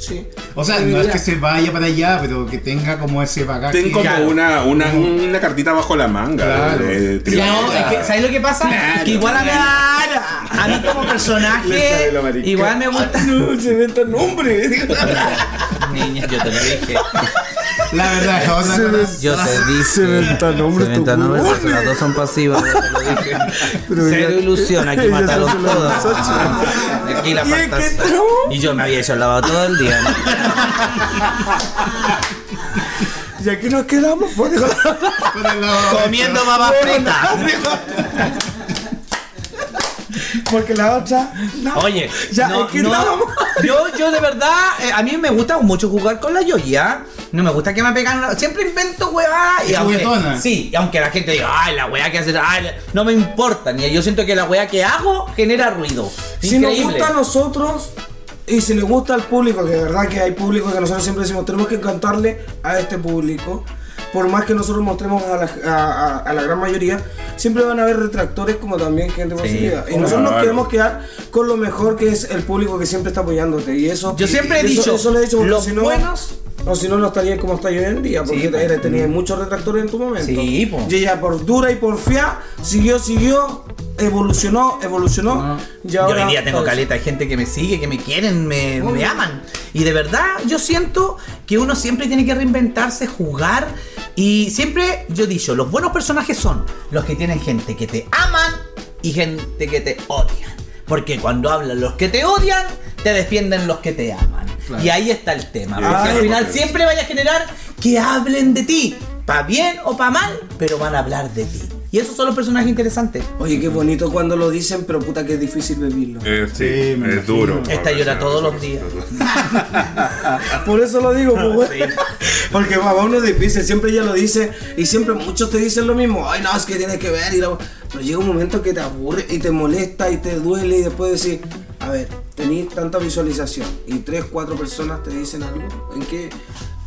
[SPEAKER 2] Sí.
[SPEAKER 4] O sea,
[SPEAKER 2] Sí,
[SPEAKER 4] no es
[SPEAKER 2] ya.
[SPEAKER 4] que se vaya para allá, pero que tenga como ese bagaje.
[SPEAKER 1] Ten como
[SPEAKER 4] Claro.
[SPEAKER 1] una, una, una cartita bajo la manga. eh,
[SPEAKER 4] Claro.
[SPEAKER 1] de tribal.
[SPEAKER 3] No, es que, ¿sabes lo que pasa?
[SPEAKER 1] Claro.
[SPEAKER 3] que igual a mí, a mí como
[SPEAKER 1] Le sale
[SPEAKER 3] personaje,
[SPEAKER 1] la marica.
[SPEAKER 3] igual me gusta.
[SPEAKER 2] No, se inventa el nombre.
[SPEAKER 3] Niña, yo te lo dije.
[SPEAKER 4] La verdad, es otra cosa.
[SPEAKER 3] Yo te dije.
[SPEAKER 2] Se inventa el nombre.
[SPEAKER 3] Se inventan nombres, pero las dos son pasivas. Cero ilusión, hay que
[SPEAKER 2] Ella
[SPEAKER 3] matarlos
[SPEAKER 2] solo se lo
[SPEAKER 3] todos.
[SPEAKER 2] lanzó,
[SPEAKER 3] Aquí la
[SPEAKER 2] ¿Y en qué
[SPEAKER 3] fantasía.
[SPEAKER 2] entró?
[SPEAKER 3] Y yo me había hecho el lavado todo el día.
[SPEAKER 2] Y aquí nos quedamos. pues, digo,
[SPEAKER 4] Con el lado-
[SPEAKER 3] Comiendo papas fritas.
[SPEAKER 2] Porque la otra. no.
[SPEAKER 3] Oye,
[SPEAKER 2] ya,
[SPEAKER 3] no,
[SPEAKER 2] es que
[SPEAKER 3] no.
[SPEAKER 2] estábamos-
[SPEAKER 3] yo, yo de verdad, eh, a mí me gusta mucho jugar con la yoyi, ¿ah? No me gusta que me pegan. Siempre invento huevadas y
[SPEAKER 4] Es
[SPEAKER 3] aunque,
[SPEAKER 4] juguetona.
[SPEAKER 3] Sí, y aunque la gente diga, ay, la hueá que hace, ay, la-". no me importa. Ni yo siento que la hueá que hago genera ruido.
[SPEAKER 2] Si nos
[SPEAKER 3] Increíble.
[SPEAKER 2] gusta a nosotros y si le gusta al público, que de verdad que hay público que nosotros siempre decimos, tenemos que cantarle a este público. Por más que nosotros mostremos a la, a- a- a la gran mayoría, siempre van a haber retractores como también gente positiva. Y nosotros nos
[SPEAKER 1] claro.
[SPEAKER 2] queremos quedar con lo mejor que es el público que siempre está apoyándote. Y eso.
[SPEAKER 3] Yo siempre he
[SPEAKER 2] y eso-
[SPEAKER 3] dicho,
[SPEAKER 2] eso lo he dicho porque
[SPEAKER 3] los
[SPEAKER 2] si no,
[SPEAKER 3] buenos-
[SPEAKER 2] O si no, no estaría como está hoy en día, porque
[SPEAKER 3] Sí,
[SPEAKER 2] te-
[SPEAKER 3] po.
[SPEAKER 2] tenías muchos retractores en tu momento.
[SPEAKER 3] Sí, pues. po.
[SPEAKER 2] Y ella por dura y por fia, siguió, siguió, evolucionó, evolucionó.
[SPEAKER 3] Ah.
[SPEAKER 2] Y
[SPEAKER 3] Yo
[SPEAKER 2] ahora-
[SPEAKER 3] hoy día tengo
[SPEAKER 2] pues,
[SPEAKER 3] caleta de gente que me sigue, que me quieren, me, me aman. Y de verdad, yo siento que uno siempre tiene que reinventarse, jugar. Y siempre, yo he dicho, los buenos personajes son los que tienen gente que te aman y gente que te odian. Porque cuando hablan los que te odian, te defienden los que te aman. Y ahí está el tema.
[SPEAKER 1] Y
[SPEAKER 3] Porque
[SPEAKER 1] ahí está
[SPEAKER 3] al
[SPEAKER 1] la
[SPEAKER 3] final
[SPEAKER 1] potencia.
[SPEAKER 3] siempre vaya a generar que hablen de ti. Pa' bien o pa' mal, pero van a hablar de ti. Y esos son los personajes interesantes.
[SPEAKER 2] Oye, qué bonito cuando lo dicen, pero puta que es difícil vivirlo.
[SPEAKER 1] Eh, sí,
[SPEAKER 4] Sí, me
[SPEAKER 1] es
[SPEAKER 4] imagino.
[SPEAKER 1] duro.
[SPEAKER 3] Esta llora todos los días.
[SPEAKER 2] Ah, Por eso lo digo,
[SPEAKER 3] Ah,
[SPEAKER 2] pues, güey. Porque para uno es difícil, siempre ella lo dice y siempre muchos te dicen lo mismo. Ay, no, es que tienes que ver. Y la- Pero llega un momento que te aburre y te molesta y te duele y después decís, a ver, tenés tanta visualización y tres, cuatro personas te dicen algo. ¿En qué,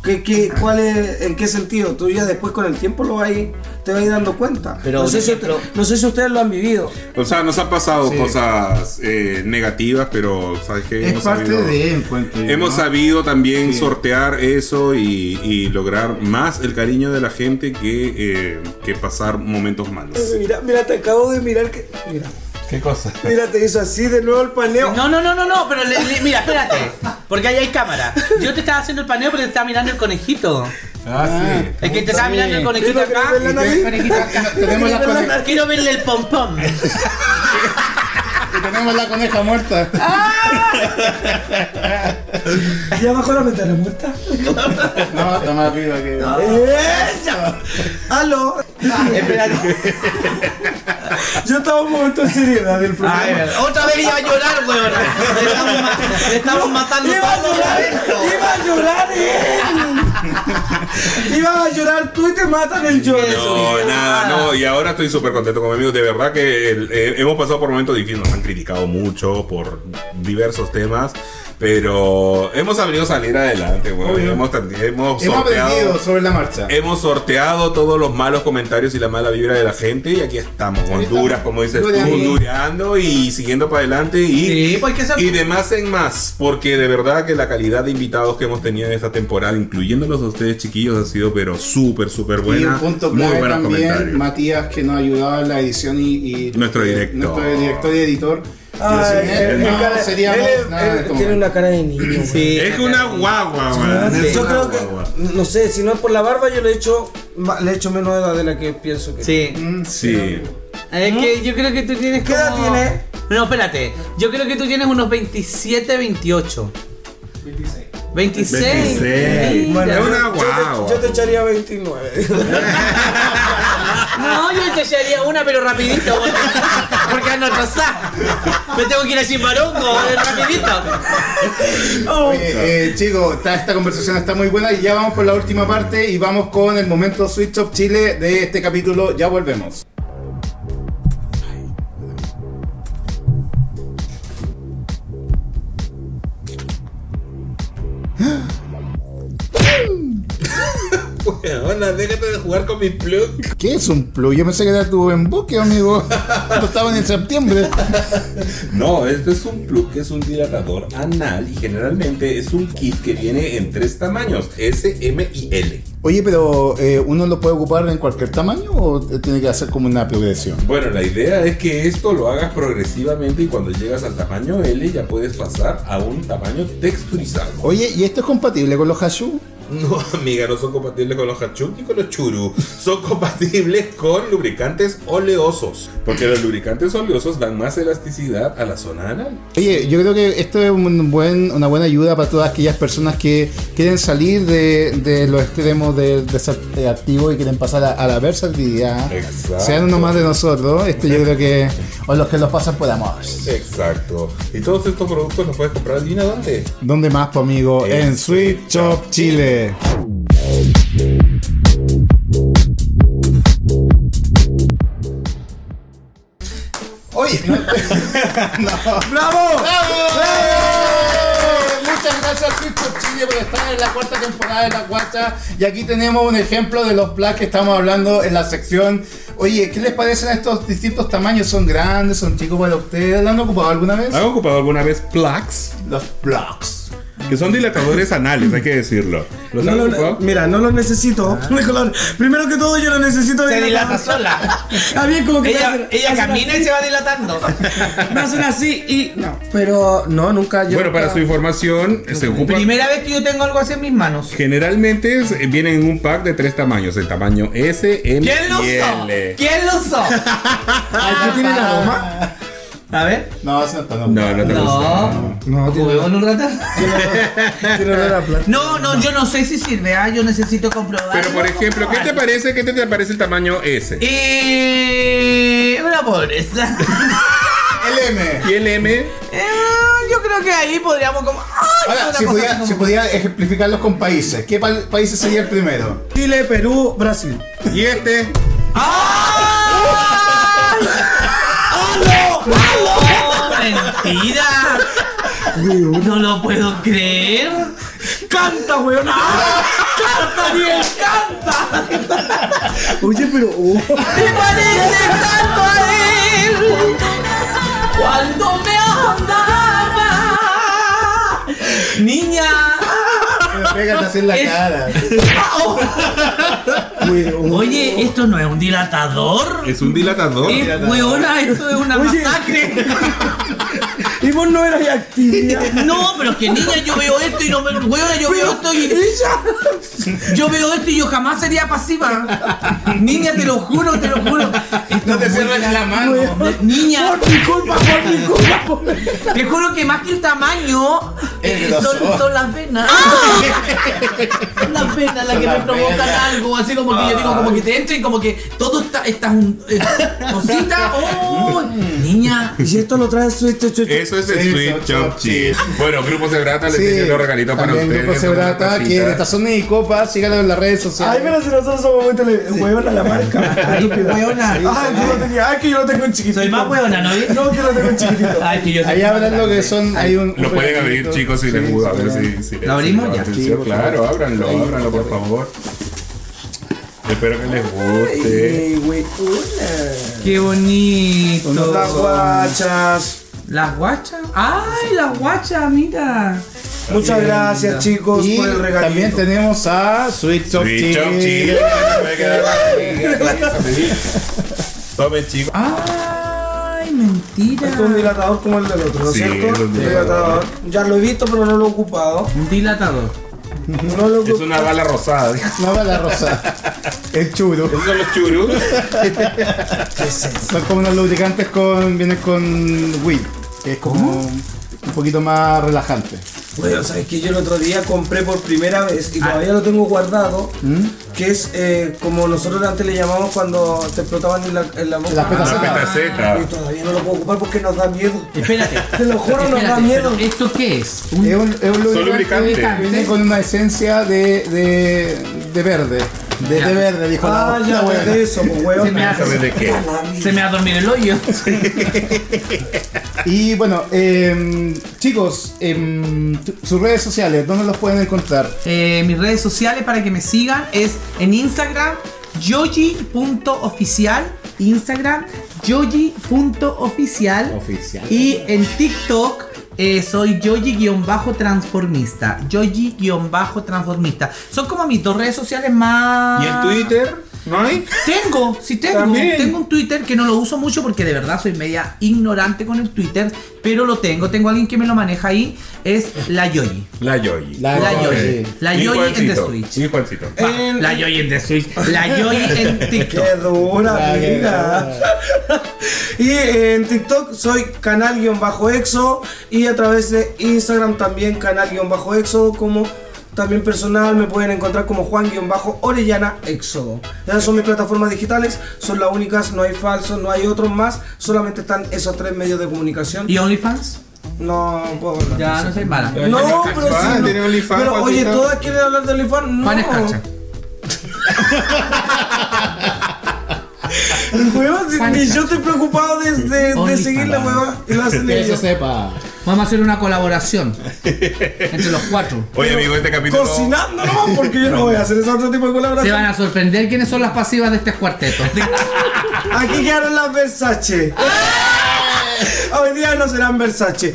[SPEAKER 2] qué, qué- cuál es, en qué sentido? Tú ya después con el tiempo lo vas a ir- te vas a ir dando cuenta.
[SPEAKER 3] Pero,
[SPEAKER 2] no, sé
[SPEAKER 3] por
[SPEAKER 2] si,
[SPEAKER 3] ejemplo-
[SPEAKER 2] no sé si ustedes lo han vivido.
[SPEAKER 1] O sea, nos han pasado
[SPEAKER 4] Sí.
[SPEAKER 1] cosas eh, negativas, pero ¿sabes qué?
[SPEAKER 4] Es
[SPEAKER 1] Hemos
[SPEAKER 4] parte
[SPEAKER 1] sabido-
[SPEAKER 4] de encuentro. yo,
[SPEAKER 1] Hemos
[SPEAKER 4] ¿no?
[SPEAKER 1] sabido también
[SPEAKER 4] Sí.
[SPEAKER 1] sortear eso y, y lograr más el cariño de la gente que, eh, que pasar momentos malos.
[SPEAKER 2] Mira, mira, te acabo de mirar que. Mira.
[SPEAKER 4] ¿Qué cosa?
[SPEAKER 2] Mira, te hizo así de nuevo el paneo.
[SPEAKER 3] No, no, no, no, no, pero le- le- mira, espérate. Porque ahí hay cámara. Yo te estaba haciendo el paneo, pero te estaba mirando el conejito.
[SPEAKER 4] Ah,
[SPEAKER 3] Es que te estaba mirando el
[SPEAKER 2] Mira,
[SPEAKER 3] conejito
[SPEAKER 2] que
[SPEAKER 3] acá.
[SPEAKER 2] le ve la nariz.
[SPEAKER 4] sí. Tenemos la, coneja,
[SPEAKER 3] Quiero verle el pompón.
[SPEAKER 4] tenemos la coneja muerta.
[SPEAKER 2] Y abajo la ventana muerta.
[SPEAKER 4] No, está más arriba que.
[SPEAKER 2] ¡Ella! ¡Aló!
[SPEAKER 3] Espérate.
[SPEAKER 2] Yo estaba un momento en seriedad del
[SPEAKER 1] Ah,
[SPEAKER 2] programa.
[SPEAKER 3] Ay, otra vez iba a llorar, weón. Le estamos, ma- le estamos matando ¿eh?
[SPEAKER 2] ¡Iba a
[SPEAKER 3] todo
[SPEAKER 2] llorar! ¡Iba a llorar él! ¡Iba a llorar tú y te matan el lloro!
[SPEAKER 1] No, nada, no, y ahora estoy súper contento con mi amigo. De verdad que eh, hemos pasado por momentos difíciles, nos han criticado mucho por diversos temas, pero hemos sabido salir adelante, weón.
[SPEAKER 4] Obvio.
[SPEAKER 1] Hemos, tan- hemos
[SPEAKER 4] Hemos aprendido
[SPEAKER 1] sorteado. Eh,
[SPEAKER 4] sobre la marcha.
[SPEAKER 1] Hemos sorteado todos los malos comentarios y la mala vibra de la gente y aquí estamos, Honduras, como dices tú,
[SPEAKER 4] Honduras.
[SPEAKER 1] hondureando y siguiendo para adelante y,
[SPEAKER 3] Sí, pues hay que ser-
[SPEAKER 1] y de más en más, porque de verdad que la calidad de invitados que hemos tenido en esta temporada, incluyéndolos a ustedes chiquillos, ha sido pero súper, súper
[SPEAKER 4] y
[SPEAKER 1] buena.
[SPEAKER 4] un punto
[SPEAKER 1] muy
[SPEAKER 4] clave
[SPEAKER 1] buenos
[SPEAKER 4] también,
[SPEAKER 1] comentarios.
[SPEAKER 4] Matías, que nos ayudaba en la edición y. y-
[SPEAKER 1] Nuestro director.
[SPEAKER 4] Nuestro director y editor.
[SPEAKER 2] Ay,
[SPEAKER 4] Sin él,
[SPEAKER 2] el
[SPEAKER 4] no
[SPEAKER 2] cara-
[SPEAKER 4] seríamos
[SPEAKER 2] él-
[SPEAKER 4] nada
[SPEAKER 2] él
[SPEAKER 4] de esto,
[SPEAKER 2] tiene
[SPEAKER 4] man.
[SPEAKER 2] una cara de niño.
[SPEAKER 3] este Sí.
[SPEAKER 1] Es que una guagua, man.
[SPEAKER 2] güey.
[SPEAKER 1] Es
[SPEAKER 2] Yo
[SPEAKER 1] una
[SPEAKER 2] creo que,
[SPEAKER 1] guagua.
[SPEAKER 2] no sé, si no es por la barba, yo le he hecho, ma- le he hecho menos edad de la que pienso que.
[SPEAKER 3] Sí.
[SPEAKER 4] Mm,
[SPEAKER 1] Sí.
[SPEAKER 3] Es que yo creo que tú tienes
[SPEAKER 2] ¿Qué edad
[SPEAKER 3] como-
[SPEAKER 2] tiene?
[SPEAKER 3] No, espérate. Yo creo que tú tienes unos 27, 28. 26. 26.
[SPEAKER 1] 26.
[SPEAKER 3] Mira.
[SPEAKER 1] Es una
[SPEAKER 2] Yo
[SPEAKER 1] guagua.
[SPEAKER 2] te, yo te echaría 29.
[SPEAKER 1] Ah.
[SPEAKER 3] No, yo te echaría una, pero rapidito, güey. Porque ando atrasada. Me tengo que ir a Chimbarongo, güey, rapidito.
[SPEAKER 4] Oye, eh, chicos, esta, esta conversación está muy buena y ya vamos por la última parte y vamos con el momento Switch Up Chile de este capítulo. Ya volvemos.
[SPEAKER 8] Weona, déjate de jugar con mi plug.
[SPEAKER 4] ¿Qué es un plug? Yo pensé que era tu embuque, amigo. Lo estaban en septiembre.
[SPEAKER 1] No, esto es un plug que es un dilatador anal y generalmente es un kit que viene en tres tamaños, S, M y L.
[SPEAKER 4] Oye, pero eh, ¿uno lo puede ocupar en cualquier tamaño o tiene que hacer como una progresión?
[SPEAKER 1] Bueno, la idea es que esto lo hagas progresivamente y cuando llegas al tamaño L ya puedes pasar a un tamaño texturizado.
[SPEAKER 4] Oye, ¿y esto es compatible con los Hashu?
[SPEAKER 1] No, amiga, no son compatibles con los hachut ni con los churu. Son compatibles con lubricantes oleosos. Porque los lubricantes oleosos dan más elasticidad a la zona anal.
[SPEAKER 4] Oye, yo creo que esto es un buen, una buena ayuda para todas aquellas personas que quieren salir de, de los extremos del desactivo y quieren pasar a, a la versatilidad.
[SPEAKER 1] Exacto.
[SPEAKER 4] Sean uno más de nosotros. Esto yo creo que.
[SPEAKER 9] o los que los pasan por amor.
[SPEAKER 1] Exacto. Y todos estos productos los puedes comprar. ¿Dina dónde?
[SPEAKER 9] ¿Dónde más, po, amigo?
[SPEAKER 1] En
[SPEAKER 4] Este,
[SPEAKER 9] En Sweet Shop Chile.
[SPEAKER 4] Oye, no.
[SPEAKER 9] ¡Bravo!
[SPEAKER 4] Muchas gracias Sweet Shop Chile por estar en la cuarta temporada de La Guacha y aquí tenemos un ejemplo de los plats que estamos hablando en la sección. Oye, ¿qué les parecen estos distintos tamaños? ¿Son grandes? ¿Son chicos para ustedes? ¿Lo han ocupado alguna vez?
[SPEAKER 1] ¿Han ocupado alguna vez plugs?
[SPEAKER 4] Los plugs.
[SPEAKER 1] Que son dilatadores anales, hay que decirlo. ¿Los
[SPEAKER 2] No
[SPEAKER 1] han
[SPEAKER 2] lo-
[SPEAKER 1] ocupado?
[SPEAKER 2] mira, no lo necesito.
[SPEAKER 1] Ah.
[SPEAKER 2] Nicolás, Primero que todo, yo lo necesito.
[SPEAKER 8] Se
[SPEAKER 2] de
[SPEAKER 8] dilata sola.
[SPEAKER 2] A mí es Ah, como que me
[SPEAKER 8] Ella,
[SPEAKER 2] hacen-
[SPEAKER 8] ella
[SPEAKER 2] me hacen
[SPEAKER 8] camina y se va dilatando.
[SPEAKER 2] así, Me hacen así y. No. Pero no, nunca. Yo
[SPEAKER 1] Bueno, para
[SPEAKER 2] nunca-
[SPEAKER 1] su información, se ocupa.
[SPEAKER 8] Primera vez que yo tengo algo así en mis manos.
[SPEAKER 1] Generalmente es- eh, vienen en un pack de tres tamaños: el tamaño S, M
[SPEAKER 8] ¿Quién lo
[SPEAKER 1] y
[SPEAKER 8] usó?
[SPEAKER 1] L.
[SPEAKER 8] ¿Quién lo usó?
[SPEAKER 2] Ah,
[SPEAKER 4] ¿Aquí tienen
[SPEAKER 8] Ah,
[SPEAKER 4] aroma?
[SPEAKER 8] A ver.
[SPEAKER 4] No, eso no está nombrado.
[SPEAKER 1] No, no te
[SPEAKER 8] No.
[SPEAKER 2] No, tiene-
[SPEAKER 8] ¿Jugué con un ratón?
[SPEAKER 2] tiene olor a plástico.
[SPEAKER 8] No, no, yo no sé si sirve. Ah, yo necesito comprobar.
[SPEAKER 1] Pero por ejemplo, ¿qué te parece? ¿Qué te, te parece el tamaño S?
[SPEAKER 8] Eh, una pobreza.
[SPEAKER 4] El M.
[SPEAKER 1] Y el M,
[SPEAKER 8] Eh, yo creo que ahí podríamos como. ¡Ay!
[SPEAKER 4] Ahora,
[SPEAKER 8] una
[SPEAKER 4] si
[SPEAKER 8] cosa
[SPEAKER 4] pudiera,
[SPEAKER 8] así como-
[SPEAKER 4] si pudiera ejemplificarlos con países, ¿qué pa- países sería el primero?
[SPEAKER 2] Chile, Perú, Brasil.
[SPEAKER 1] y este.
[SPEAKER 8] ¡Ah! ¡Halo! ¡Halo! ¡Mentira! No lo puedo creer. ¡Canta, weón! ¡Ah! ¡Canta, Ariel! ¡Canta!
[SPEAKER 2] Oye, pero. oh,
[SPEAKER 8] ¡Te parece tanto a él! ¡Cuando me andaba! ¡Niña!
[SPEAKER 4] Me pegan así en la cara.
[SPEAKER 2] oh.
[SPEAKER 8] Oye, ¿esto no es un dilatador?
[SPEAKER 1] Es un dilatador.
[SPEAKER 8] Eh, weona, esto es una masacre.
[SPEAKER 2] y vos no eras activa.
[SPEAKER 8] No, pero es que niña, yo veo esto y no me. Weona, yo veo esto y. Yo veo esto y yo jamás sería pasiva. Niña, te lo juro, te lo juro. Esto
[SPEAKER 4] No te
[SPEAKER 8] es muy
[SPEAKER 4] cierres la mano.
[SPEAKER 8] grande. Niña,
[SPEAKER 2] Por mi culpa, por mi culpa. por mi-
[SPEAKER 8] te juro que más que el tamaño
[SPEAKER 4] El
[SPEAKER 8] eh,
[SPEAKER 4] grosor.
[SPEAKER 8] son, son las venas. Son las venas las
[SPEAKER 4] Son
[SPEAKER 8] que me
[SPEAKER 4] las
[SPEAKER 8] provocan
[SPEAKER 4] venas.
[SPEAKER 8] algo. Así como que yo digo, como que te entra y como que todo está. Estás un. eh, cosita. Oh, niña.
[SPEAKER 2] Y esto lo trae su. este- este-
[SPEAKER 1] Eso es el
[SPEAKER 4] Sí,
[SPEAKER 1] Sweet
[SPEAKER 4] Shop
[SPEAKER 1] Shop
[SPEAKER 4] Chill.
[SPEAKER 1] Chill. Bueno, Grupo Sebrata les tiene los regalitos para
[SPEAKER 4] también
[SPEAKER 1] ustedes.
[SPEAKER 4] Grupo
[SPEAKER 1] son unas
[SPEAKER 4] Sebrata, que
[SPEAKER 1] tacitas.
[SPEAKER 4] de Tazones y Copas, síganlo en las redes
[SPEAKER 2] Ay,
[SPEAKER 4] sociales.
[SPEAKER 2] pero si nosotros somos muy tele. Huevona la marca.
[SPEAKER 8] Ay, weona.
[SPEAKER 2] Ay, que Ah, yo lo tenía. Ay, que yo lo tengo en chiquitito.
[SPEAKER 8] Soy más weona, ¿no?
[SPEAKER 2] No, que lo tengo en chiquitito.
[SPEAKER 8] Ay, que yo soy
[SPEAKER 4] Ahí
[SPEAKER 8] más
[SPEAKER 4] hablan lo que
[SPEAKER 8] grande.
[SPEAKER 4] son. Hay un,
[SPEAKER 1] Lo
[SPEAKER 4] un
[SPEAKER 1] pueden
[SPEAKER 4] regalito.
[SPEAKER 1] abrir, chicos, si les
[SPEAKER 4] Sí,
[SPEAKER 1] gusta. A ver
[SPEAKER 4] sí,
[SPEAKER 1] si, si les-
[SPEAKER 8] ¿Lo abrimos
[SPEAKER 1] si
[SPEAKER 8] ya?
[SPEAKER 1] les- claro, ábranlo, ábranlo, por favor. Espero que les guste.
[SPEAKER 2] Ey, weona.
[SPEAKER 8] Qué
[SPEAKER 2] Las
[SPEAKER 8] bonito.
[SPEAKER 2] guachas.
[SPEAKER 8] Las guachas. ¡Ay, las guachas! Mira.
[SPEAKER 2] Muchas gracias, chicos,
[SPEAKER 4] Y
[SPEAKER 2] por el regalito.
[SPEAKER 4] también tenemos a Sweet Shop
[SPEAKER 1] Sweet Shop Chill.
[SPEAKER 4] Chile.
[SPEAKER 1] Tome, chicos.
[SPEAKER 8] ¡Ay, mentira!
[SPEAKER 2] Esto es un dilatador como el del otro, ¿no es
[SPEAKER 1] Sí, es
[SPEAKER 2] cierto?
[SPEAKER 1] un dilatador.
[SPEAKER 2] Ya lo he visto, pero no lo he ocupado.
[SPEAKER 8] Un dilatador.
[SPEAKER 2] No lo he
[SPEAKER 1] Es
[SPEAKER 2] ocupado.
[SPEAKER 1] una bala rosada. Esos
[SPEAKER 4] No va la rosa. El churo.
[SPEAKER 1] son los churus.
[SPEAKER 4] Son como unos lubricantes con. vienen con weed. Que es como un poquito más relajante.
[SPEAKER 2] Bueno, sabes que yo el otro día compré por primera vez y
[SPEAKER 8] Ah.
[SPEAKER 2] todavía lo tengo guardado,
[SPEAKER 8] ¿Mm?
[SPEAKER 2] que es eh, como nosotros antes le llamamos cuando te explotaban en la, en la boca.
[SPEAKER 4] Las petacetas.
[SPEAKER 1] Una petaceta.
[SPEAKER 2] Y todavía no lo puedo ocupar porque nos da miedo.
[SPEAKER 8] Espérate.
[SPEAKER 2] Te lo juro, nos da
[SPEAKER 8] Espérate,
[SPEAKER 2] miedo.
[SPEAKER 8] pero ¿Esto qué es? Un-
[SPEAKER 4] Es un, es
[SPEAKER 1] Son
[SPEAKER 4] un lubricante que
[SPEAKER 1] lubricantes.
[SPEAKER 4] viene con una esencia de, de, de verde. De,
[SPEAKER 8] Ya.
[SPEAKER 4] de verde, dijo la
[SPEAKER 2] Ah, ya,
[SPEAKER 4] la
[SPEAKER 2] pues
[SPEAKER 4] buena.
[SPEAKER 2] de eso, pues, weón.
[SPEAKER 8] Se me hace-
[SPEAKER 1] ¿Sabes de qué?
[SPEAKER 8] Se me va a dormir el hoyo.
[SPEAKER 4] Y bueno, em, chicos, em, tu- sus redes sociales, ¿dónde los pueden encontrar?
[SPEAKER 8] Eh, mis redes sociales para que me sigan es en Instagram yoji.oficial Instagram yoji.oficial
[SPEAKER 9] Oficial.
[SPEAKER 8] y en TikTok eh, soy yoji-transformista yoji-transformista son como mis dos redes sociales más
[SPEAKER 1] ¿Y en Twitter? ¿No hay?
[SPEAKER 8] tengo, sí tengo.
[SPEAKER 1] También.
[SPEAKER 8] Tengo un Twitter que no lo uso mucho porque de verdad soy media ignorante con el Twitter, pero lo tengo. Tengo alguien que me lo maneja ahí. Es la Yoyi.
[SPEAKER 1] La Yoyi.
[SPEAKER 4] La
[SPEAKER 8] La
[SPEAKER 4] Yoyi.
[SPEAKER 8] Yoyi. La
[SPEAKER 1] Y
[SPEAKER 8] Yoyi en The
[SPEAKER 1] Juancito.
[SPEAKER 8] Switch.
[SPEAKER 1] Y Juancito.
[SPEAKER 8] Va, La Yoyi en The Switch. La Yoyi en TikTok.
[SPEAKER 2] Qué dura
[SPEAKER 4] Ah, qué
[SPEAKER 2] vida. y eh, en TikTok soy canal-exo y a través de Instagram también canal-exo como También personal me pueden encontrar como Juan-Orellana Éxodo. Esas son mis plataformas digitales, son las únicas, no hay falsos, no hay otros más, solamente están esos tres medios de comunicación.
[SPEAKER 8] ¿Y OnlyFans?
[SPEAKER 2] No puedo hablar. de
[SPEAKER 8] Ya,
[SPEAKER 2] eso.
[SPEAKER 8] no soy mala.
[SPEAKER 2] No,
[SPEAKER 1] Juan
[SPEAKER 2] pero sí. no.
[SPEAKER 1] tiene OnlyFans,
[SPEAKER 2] Pero
[SPEAKER 1] Juan
[SPEAKER 2] oye,
[SPEAKER 1] Tita.
[SPEAKER 2] todas quieren hablar de OnlyFans. No.
[SPEAKER 8] Juan es cacha.
[SPEAKER 2] Huevón, si-
[SPEAKER 8] Juan
[SPEAKER 2] ni
[SPEAKER 8] es
[SPEAKER 2] yo estoy preocupado de, de- de
[SPEAKER 8] OnlyFans.
[SPEAKER 2] seguir la hueva y lo hacen
[SPEAKER 4] Que se
[SPEAKER 2] ellos.
[SPEAKER 4] sepa.
[SPEAKER 8] Vamos a hacer una colaboración entre los cuatro.
[SPEAKER 1] Oye, amigo, este capítulo.
[SPEAKER 2] Cocinando nomás, porque yo no voy a hacer ese otro tipo de
[SPEAKER 8] Se van
[SPEAKER 2] colaboración.
[SPEAKER 8] a sorprender quiénes son las pasivas de este cuarteto.
[SPEAKER 2] Aquí quedaron las Versace.
[SPEAKER 8] ¡Ah!
[SPEAKER 2] Hoy día no serán Versace.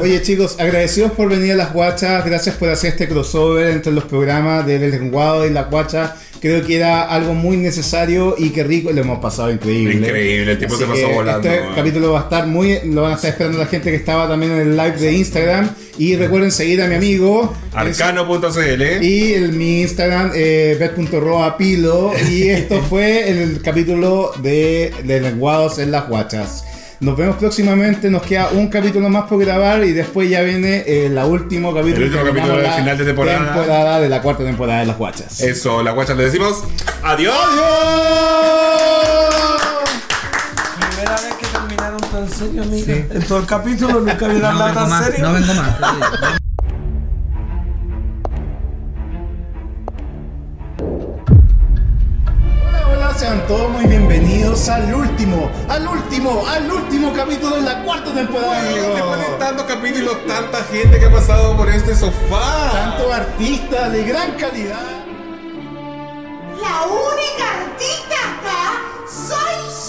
[SPEAKER 4] Oye chicos, agradecidos por venir a las guachas, gracias por hacer este crossover entre los programas del El Lenguado y las guachas. Creo que era algo muy necesario y qué rico, lo hemos pasado increíble.
[SPEAKER 1] Increíble, el tiempo se pasó
[SPEAKER 4] que
[SPEAKER 1] volando,
[SPEAKER 4] Este
[SPEAKER 1] eh.
[SPEAKER 4] capítulo va a estar muy, lo van a estar esperando la gente que estaba también en el live de Instagram. Y recuerden seguir a mi amigo.
[SPEAKER 1] Arcano.cl.
[SPEAKER 4] Y el, mi Instagram, eh, bet.roapilo. Y esto fue el capítulo de, de Lenguados en las Guachas. Nos vemos próximamente, nos queda un capítulo más por grabar y después ya viene eh, la último capítulo,
[SPEAKER 1] El último
[SPEAKER 4] que
[SPEAKER 1] capítulo
[SPEAKER 4] grabamos
[SPEAKER 1] del
[SPEAKER 4] la
[SPEAKER 1] final de temporada. Eh.
[SPEAKER 4] temporada de la cuarta temporada de las Guachas.
[SPEAKER 1] Eso, la guacha le decimos. ¡Adiós!
[SPEAKER 4] ¡Adiós!
[SPEAKER 2] Primera vez que terminaron tan serio, amiga. En todo el capítulo nunca habían
[SPEAKER 8] No
[SPEAKER 2] hablado
[SPEAKER 8] vengo
[SPEAKER 2] tan
[SPEAKER 8] más,
[SPEAKER 2] serio.
[SPEAKER 8] no vengo más. te digo.
[SPEAKER 4] Hola, hola, sean todos muy bienvenidos al último, al último, al último capítulo de la cuarta temporada.
[SPEAKER 1] Después de
[SPEAKER 4] amigos.
[SPEAKER 1] tantos capítulos, tanta gente que ha pasado por este sofá.
[SPEAKER 4] Tanto artista de gran calidad.
[SPEAKER 10] La única artista acá soy yo.